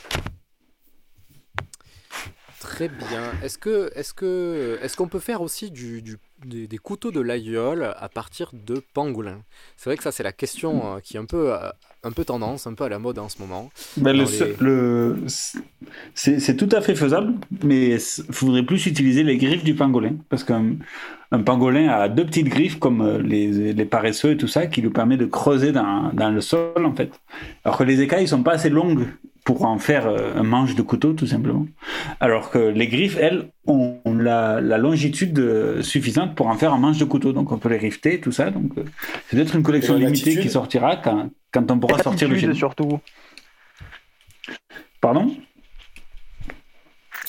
E: Très bien. Est-ce que, est-ce que, est-ce qu'on peut faire aussi du, du- des, des couteaux de l'aïeul à partir de pangolins C'est vrai que ça, c'est la question euh, qui est un peu, euh, un peu tendance, un peu à la mode en ce moment.
F: Ben, le
E: Dans les-
F: seul- le- c'est c'est tout à fait faisable, mais il faudrait plus utiliser les griffes du pangolin, parce qu'un un pangolin a deux petites griffes comme euh, les, les paresseux et tout ça, qui lui permet de creuser dans, dans le sol en fait. Alors que les écailles sont pas assez longues pour en faire euh, un manche de couteau tout simplement. Alors que les griffes, elles, ont ont la, la longitude euh, suffisante pour en faire un manche de couteau, donc on peut les rifter tout ça. Donc euh, c'est peut-être une collection
B: Et la
F: limitée qui
B: latitude
F: sortira quand, quand on pourra sortir le
H: Latitude,
F: génie.
H: surtout.
F: Pardon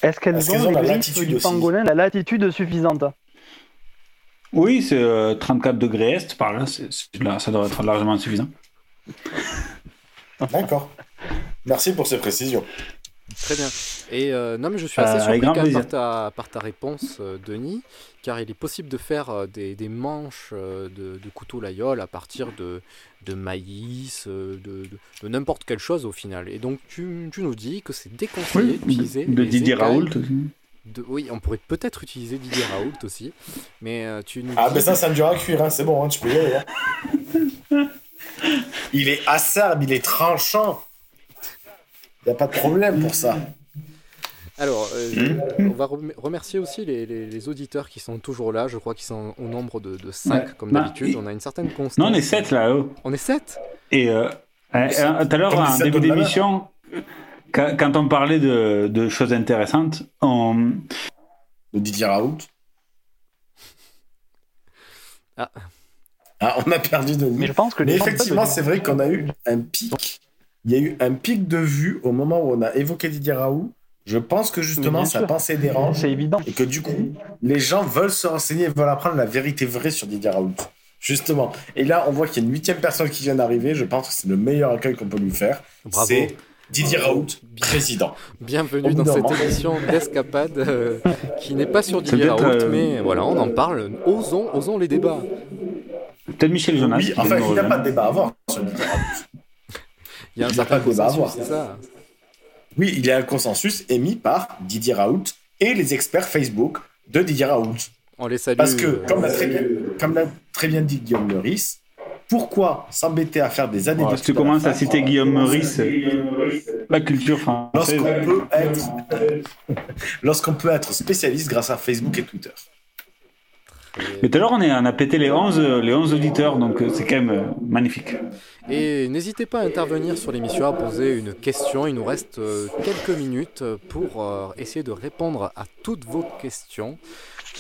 H: Est-ce qu'elles
B: Parce
H: ont
B: qu'elles ont
H: les
B: la
H: griffes
B: latitude
H: du
B: aussi.
H: pangolin la latitude suffisante
F: Oui, c'est euh, 34 degrés est, par là, c'est- c'est- là, ça doit être largement suffisant.
B: D'accord. Merci pour ces précisions.
E: Très bien. Et euh, non, mais je suis assez
F: Euh,
E: surpris
F: avec grand
E: quand même par
F: plaisir.
E: ta, par ta réponse, euh, Denis, car il est possible de faire euh, des, des manches euh, de, de couteau l'aïeul à partir de, de maïs, euh, de, de- de n'importe quelle chose au final. Et donc, tu, tu nous dis que c'est déconseillé d'utiliser.
F: de
E: les
F: Didier
E: écailles
F: Raoult aussi.
E: de- Oui, on pourrait peut-être utiliser Didier Raoult aussi, mais euh, tu nous
B: Ah,
E: dis-
B: ben ça, ça me dure à cuire, hein. c'est bon, hein, tu peux y aller. hein. il est acerbe, il est tranchant. Il n'y a pas de problème pour ça.
E: Alors, euh,
B: Hmm.
E: je- on va rem- remercier aussi les, les- les auditeurs qui sont toujours là. Je crois qu'ils sont au nombre de, 5,
F: Ouais.
E: comme
F: Bah,
E: d'habitude.
F: et-
E: On a une certaine constance.
F: Non, on est 7 là-haut.
E: On est 7
F: Et euh, euh,
E: sept.
F: euh, tout à l'heure,
E: On est
F: en
E: sept
F: début
E: au blabla.
F: d'émission, quand, quand on parlait de, de choses intéressantes, on.
B: De Didier Raoult
E: Ah.
B: Ah, on a perdu Denis.
H: Mais je pense que les
B: Mais
H: gens-
B: effectivement, c'est vrai qu'on a eu un pic. Il y a eu un pic de vue au moment où on a évoqué Didier Raoult. Je pense que justement,
H: Mais bien
B: sa
H: sûr.
B: pensée dérange.
H: C'est évident.
B: Et que du coup, les gens veulent se renseigner et veulent apprendre la vérité vraie sur Didier Raoult. Justement. Et là, on voit qu'il y a une huitième personne qui vient d'arriver. Je pense que c'est le meilleur accueil qu'on peut lui faire.
E: Bravo.
B: C'est Didier Raoult, président.
E: Bienvenue dans cette émission d'escapade euh, qui n'est pas sur
F: C'est
E: Didier
F: peut-être,
E: Raoult,
F: euh,
E: mais voilà, on en parle. Osons, osons les débats.
F: Peut-être Michel Jonas.
B: Oui,
F: qui
B: enfin, il
F: nous
B: n'y a
F: rejoint.
B: pas de débat à avoir.
E: Il y a un
B: Il y a
E: certain
B: pas de débat à
E: consensus,
B: avoir.
E: c'est ça.
B: Oui, il y a un consensus émis par Didier Raoult et les experts Facebook de Didier Raoult.
E: On les salue.
B: Parce que,
E: euh,
B: comme l'a très, bien- comme l'a très bien dit Guillaume Meurice, pourquoi s'embêter à faire des années
F: Oh,
B: d'études
F: si tu
B: à la
F: commences à
B: fac
F: citer Guillaume Meurice, la culture française.
B: lorsqu'on peut être lorsqu'on peut être spécialiste grâce à Facebook et Twitter
F: Mais tout à l'heure, on, est- on a pété les 11, euh, les 11 auditeurs, donc euh, c'est quand même euh, magnifique.
E: Et n'hésitez pas à intervenir sur l'émission, à poser une question. Il nous reste euh, quelques minutes pour euh, essayer de répondre à toutes vos questions.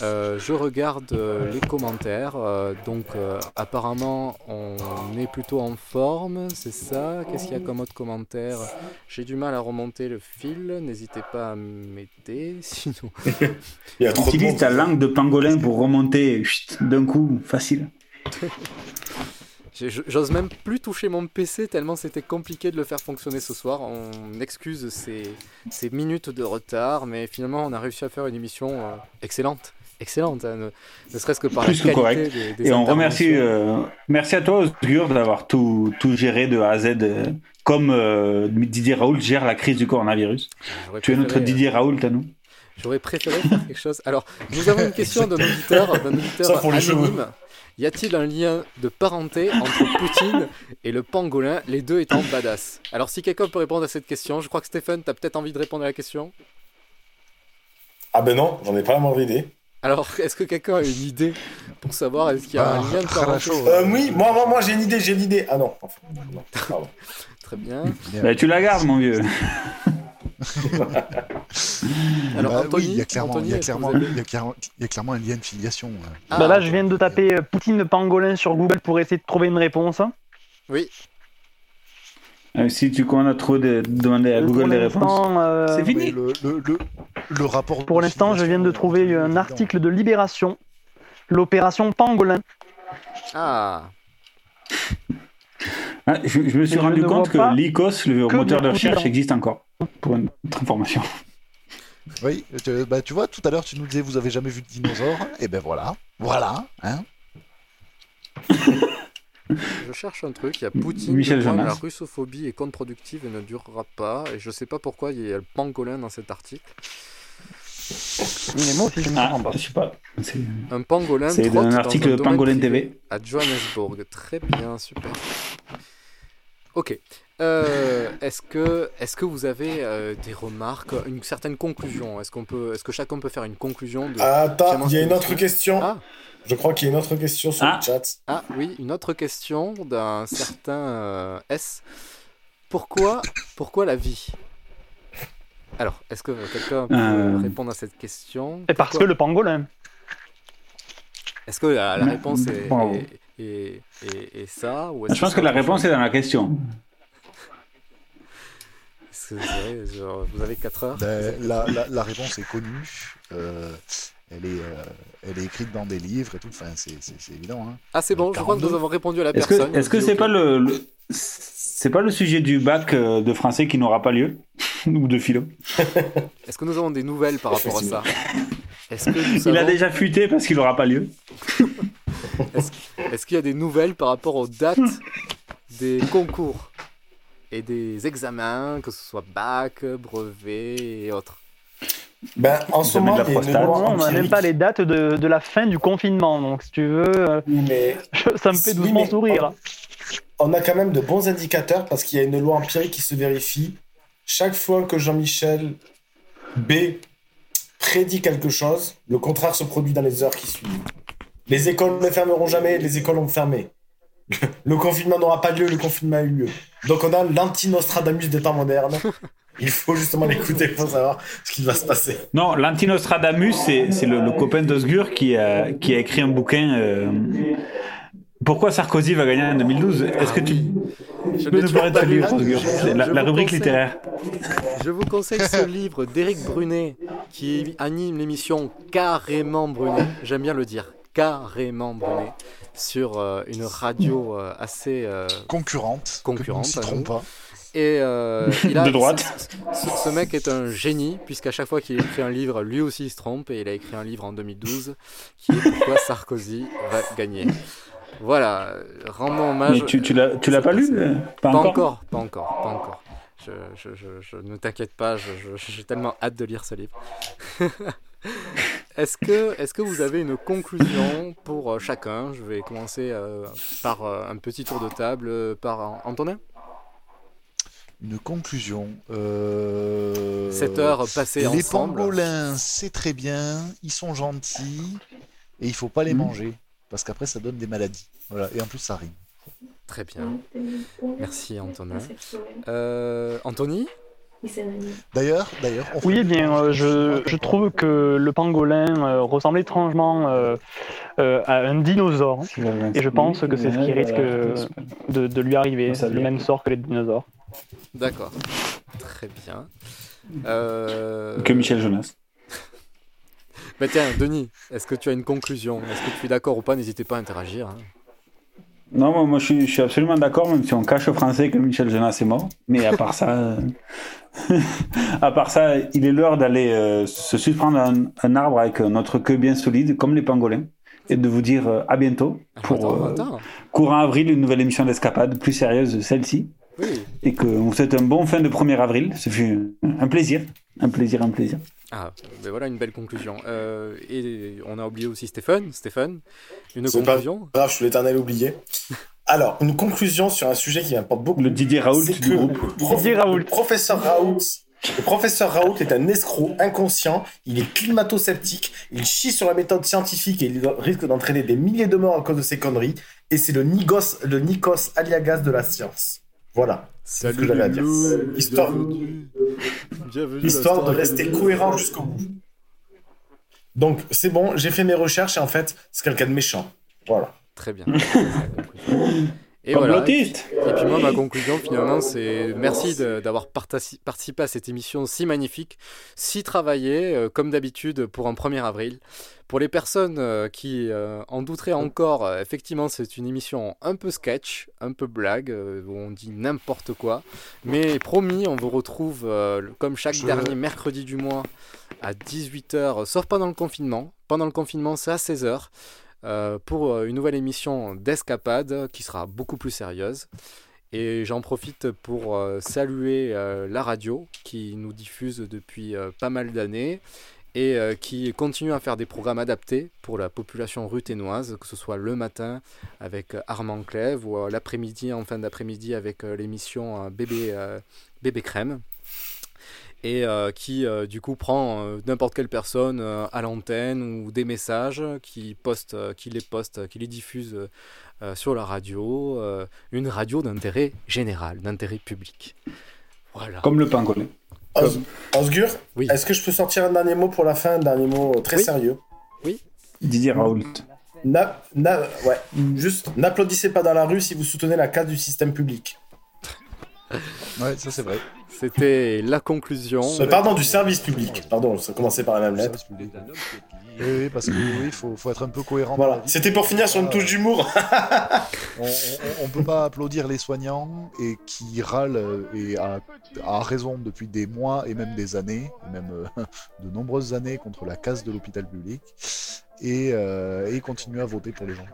E: Euh, je regarde euh, les commentaires. Euh, donc, euh, apparemment, on est plutôt en forme, c'est ça Qu'est-ce qu'il y a comme autre commentaire J'ai du mal à remonter le fil. N'hésitez pas à m'aider, sinon.
B: Il y a trop de
F: Utilise
B: monde.
F: ta langue de pangolin pour remonter chut, d'un coup, facile.
E: J'ai- je- J'ose même plus toucher mon PC tellement c'était compliqué de le faire fonctionner ce soir. On excuse ces, ces minutes de retard, mais finalement on a réussi à faire une émission euh, excellente. Excellente, hein, ne, ne serait-ce que par
F: plus que
E: la qualité
F: correct.
E: des, des
F: Et on
E: interventions.
F: remercie, euh, merci à toi Osgur d'avoir tout, tout géré de A à Z, euh, comme euh, Didier Raoult gère la crise du coronavirus.
E: J'aurais
F: Tu es notre
E: préféré, euh,
F: Didier Raoult à nous.
E: J'aurais préféré faire quelque chose. Alors, nous avons une question d'un auditeur, d'un auditeur
B: Ça, pour les cheveux.
E: anonyme. Y a-t-il un lien de parenté entre Poutine et le pangolin, les deux étant badass Alors, si quelqu'un peut répondre à cette question, je crois que Stéphane, t'as peut-être envie de répondre à la question
B: ah ben non j'en ai pas la moindre idée
E: Alors, est-ce que quelqu'un a une idée pour savoir est-ce qu'il y a
A: Ah,
E: un lien de parenté
B: Euh, oui moi moi moi j'ai une idée j'ai une idée ah non, enfin, non, pardon.
E: Très bien.
F: Bah, tu la gardes mon vieux.
E: Alors,
A: Bah
E: Anthony,
A: oui, il y a clairement,
E: Anthony,
A: il y a
E: est-ce que
A: clairement,
E: vous avez-
A: il y a clairement- il y a clairement un lien de filiation. ouais.
H: Bah là, je viens de taper euh, Poutine pangolin sur Google pour essayer de trouver une réponse.
E: Oui.
F: Euh, si tu commences à trop de, demander à Google des réponses. C'est fini.
A: Le, le- le- le rapport.
H: Euh, Pour l'instant, je viens de trouver un article de Libération. L'opération Pangolin.
E: Ah.
F: Ah, je, je me suis
H: Je
F: rendu
H: ne
F: compte
H: vois pas
F: que l'ICOS, le
H: que
F: moteur de
H: des
F: recherche,
H: couleurs.
F: existe encore. Pour une autre information.
A: Oui, tu, bah, tu vois, tout à l'heure, tu nous disais vous avez jamais vu de dinosaure. Et ben voilà, voilà. Hein
E: Je cherche un truc, il y a Poutine,
F: Michel
E: de pointe,
F: Jonas.
E: la russophobie est contre-productive et ne durera pas. Et je sais pas pourquoi il y a le pangolin dans cet article.
H: Mais moi aussi, je ne comprends pas.
F: Ah, Je sais pas. C'est-
E: Un pangolin
F: C'est
E: trotte
F: un
E: dans
F: article
E: un
F: de
E: domaine
F: Pangolin
E: privé
F: TV.
E: À Johannesburg. Très bien, super. Ok. Euh, est-ce que est-ce que vous avez euh, des remarques, une certaine conclusion Est-ce qu'on peut, est-ce que chacun peut faire une conclusion de
A: Ah.
B: Attends,
E: finalement,
B: il y a
E: cette
B: une autre
E: émission
B: question.
E: Ah.
B: Je crois qu'il y a une autre question sur le chat.
E: Ah oui, une autre question d'un certain euh, S. Pourquoi, pourquoi la vie Alors, est-ce que quelqu'un peut
H: Euh.
E: répondre à cette question
H: Et parce que
E: Pourquoi-
H: le pangolin.
E: Est-ce que la, la
F: Mais-
E: réponse est,
F: Wow.
E: est, est- est- est ça ou est-ce
F: Ah, Je pense que la réponse est dans la question.
E: est-ce que c'est vrai, genre, vous avez 4 heures
A: Ben, la, la- la réponse est connue. euh, elle, est, euh, elle est écrite dans des livres et tout. Enfin, c'est c'est- c'est évident. Hein.
E: Ah c'est bon, je crois que
A: 42.
E: nous avons répondu à la
F: Est-ce que
E: personne.
F: est-ce que
E: Je
F: c'est
E: dis
F: pas le, le- c'est pas le sujet du bac euh, de français qui n'aura pas lieu ou de philo
E: ok. Est-ce que nous avons des nouvelles par rapport à ça Est-ce que nous
F: Il a
E: savons-
F: déjà fuité parce qu'il n'aura pas lieu.
E: Est-ce est-ce qu'il y a des nouvelles par rapport aux dates des concours et des examens, que ce soit bac, brevet et autres
B: Ben, en ce moment, il y a une loi
H: on n'a même
B: empirique.
H: pas les dates de, de la fin du confinement, donc si tu veux, euh, je- ça me fait
B: Oui,
H: doucement
B: mais
H: sourire.
B: On a quand même de bons indicateurs parce qu'il y a une loi empirique qui se vérifie. Chaque fois que Jean-Michel B prédit quelque chose, le contraire se produit dans les heures qui suivent. Les écoles ne fermeront jamais, les écoles ont fermé. Le confinement n'aura pas lieu, le confinement a eu lieu. Donc on a l'anti-Nostradamus des temps modernes. Il faut justement l'écouter pour savoir ce qui va se passer.
F: Non, l'anti-Nostradamus, c'est c'est le, le copain d'Osgur qui a, qui a écrit un bouquin. euh, Pourquoi Sarkozy va gagner en 2012 Est-ce que tu peux nous parler de ce livre, Osgur C'est la,
E: Je
F: la
E: vous
F: rubrique
E: conseille-
F: littéraire.
E: Je vous conseille ce livre d'Éric Brunet qui anime l'émission Carrément Brunet. J'aime bien le dire, Carrément Brunet, sur euh, une radio euh, assez euh,
A: concurrente,
E: concurrente. à
A: citerons
E: nous.
A: pas.
E: Et euh, il a-
A: De droite.
E: Ce, ce- ce mec est un génie puisqu'à chaque fois qu'il écrit un livre, lui aussi il se trompe et il a écrit un livre en 2012 qui est pourquoi Sarkozy va gagner. Voilà, rendons hommage.
F: Mais tu, tu l'as tu l'as pas lu euh,
E: Ah, Pas,
F: Pas
E: encore.
F: encore,
E: pas encore, pas encore. Je, je- je- je- ne t'inquiète pas, je- je- j'ai tellement hâte de lire ce livre. est-ce que, est que vous avez une conclusion pour euh, chacun Je vais commencer euh, par euh, un petit tour de table, euh, par An- Antonin.
A: Une conclusion. Euh...
E: Sept heures passées
A: les
E: ensemble.
A: pangolins, c'est très bien, ils sont gentils, et il faut pas
H: Mm.
A: les manger, parce qu'après ça donne des maladies. Voilà, et en plus ça rime.
E: Très bien. Merci Antonin. Euh, Anthony
A: D'ailleurs, d'ailleurs, on
H: Oui, eh bien, euh, je, je trouve que le pangolin euh, ressemble étrangement euh, euh, à un dinosaure. Et je pense que c'est ce qui risque euh, de, de lui arriver, le même sort que les dinosaures.
E: D'accord. Très bien. Euh,
F: Que Michel Jonas.
E: Bah tiens, Denis, est-ce que tu as une conclusion Est-ce que tu es d'accord ou pas N'hésitez pas à interagir. hein.
F: Non, moi, moi, je, suis, je suis absolument d'accord, même si on cache aux Français que Michel Jonas est mort. Mais à part ça, euh, à part ça, il est l'heure d'aller euh, se suspendre à un, un arbre avec euh, notre queue bien solide, comme les pangolins, et de vous dire euh, à bientôt pour euh, courant avril une nouvelle émission d'escapade plus sérieuse de celle-ci.
E: Oui.
F: Et que vous souhaite un bon fin de 1er avril. Ce fut un plaisir, un plaisir, un plaisir.
E: Ah, ben voilà une belle conclusion. Euh, et on a oublié aussi Stéphane. Stéphane, une
B: C'est pas
E: conclusion
B: grave, je suis l'éternel oublié. Alors, une conclusion sur un sujet qui m'importe beaucoup.
F: Le Didier Raoult
B: du groupe. Le professeur Raoult. Le professeur Raoult est un escroc inconscient, il est climato-sceptique, il chie sur la méthode scientifique et il risque d'entraîner des milliers de morts à cause de ses conneries. Et c'est le Nigos, le Nikos Aliagas de la science. Voilà. C'est ce que j'avais à dire. Histoire, histoire de rester cohérent jusqu'au bout. Donc, c'est bon, j'ai fait mes recherches et en fait, c'est quelqu'un de méchant. Voilà.
E: Très bien. Et
F: Comme
E: voilà. Et
F: l'autiste.
E: puis, et puis moi, ma conclusion finalement, c'est merci de- d'avoir partaci- participé à cette émission si magnifique, si travaillée, euh, comme d'habitude pour un 1er avril. Pour les personnes euh, qui euh, en douteraient encore, euh, effectivement, c'est une émission un peu sketch, un peu blague, euh, où on dit n'importe quoi. Mais promis, on vous retrouve euh, le- comme chaque
N: Je-
E: dernier mercredi du mois à 18h, sauf pendant le confinement. Pendant le confinement, c'est à 16h euh, pour euh, une nouvelle émission d'escapade qui sera beaucoup plus sérieuse. Et j'en profite pour euh, saluer euh, la radio qui nous diffuse depuis euh, pas mal d'années et euh, qui continue à faire des programmes adaptés pour la population ruthénoise, que ce soit le matin avec euh, Armand Clève ou euh, l'après-midi, en fin d'après-midi avec euh, l'émission euh, Bébé, euh, Bébé Crème et euh, qui euh, du coup prend euh, n'importe quelle personne euh, à l'antenne ou des messages euh, qui poste, euh, qui les poste, euh, qui les diffuse euh, euh, sur la radio, euh, une radio d'intérêt général, d'intérêt public. Voilà.
F: Comme le pingolin.
B: Os- Osgur, est-ce que je peux sortir un dernier mot pour la fin, un dernier mot euh, très sérieux
F: Didier Raoult.
B: Na- na- ouais, juste, n'applaudissez pas dans la rue si vous soutenez la casse du système public.
A: Ouais, ça c'est vrai.
E: C'était la conclusion.
B: Euh, Pardon, du service public. Pardon, ça commençait par la même lettre.
A: Oui, oui, parce que oui, il faut, faut être un peu cohérent. dans la
B: Voilà,
A: vie.
B: c'était pour finir sur une touche d'humour.
A: On, on- on peut pas applaudir les soignants et qui râlent euh, et à, à raison depuis des mois et même des années, et même euh, de nombreuses années contre la casse de l'hôpital public et, euh, et continuer à voter pour les gens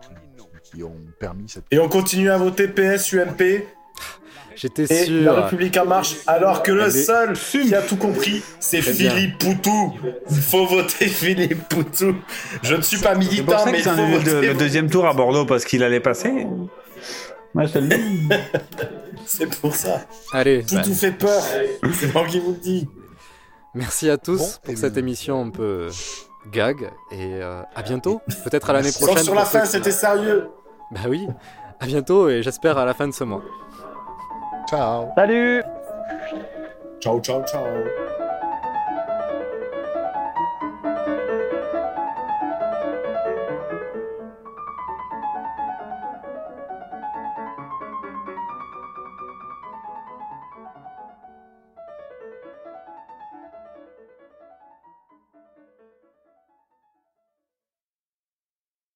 A: qui, qui ont permis cette.
B: Et on continue à voter PS, UMP.
E: J'étais euh,
B: et
A: sûr.
B: La République en marche, alors que le
A: Elle est-
B: seul qui a tout compris, c'est
A: Très bien.
B: Philippe Poutou. Il faut voter Philippe Poutou. Je ne suis pas
O: C'est pour
B: militant,
O: ça
B: mais il
O: qu'ils
B: faut
O: ont eu
B: voter.
O: le, le deuxième tour à Bordeaux parce qu'il allait passer. Moi, je te le dis.
B: C'est pour ça.
E: Allez,
B: Poutou
E: bah,
B: fait peur. C'est moi qui vous le dis.
E: merci à tous
B: Bon,
E: pour
B: eh
E: cette émission un peu gag et euh, à bientôt, peut-être à l'année
B: Sauf
E: prochaine.
B: sur la
E: pour ceux
B: fin,
E: qui-
B: c'était sérieux.
E: Bah oui, à bientôt et j'espère à la fin de ce mois.
A: Ciao.
H: Salut
B: Ciao, ciao, ciao.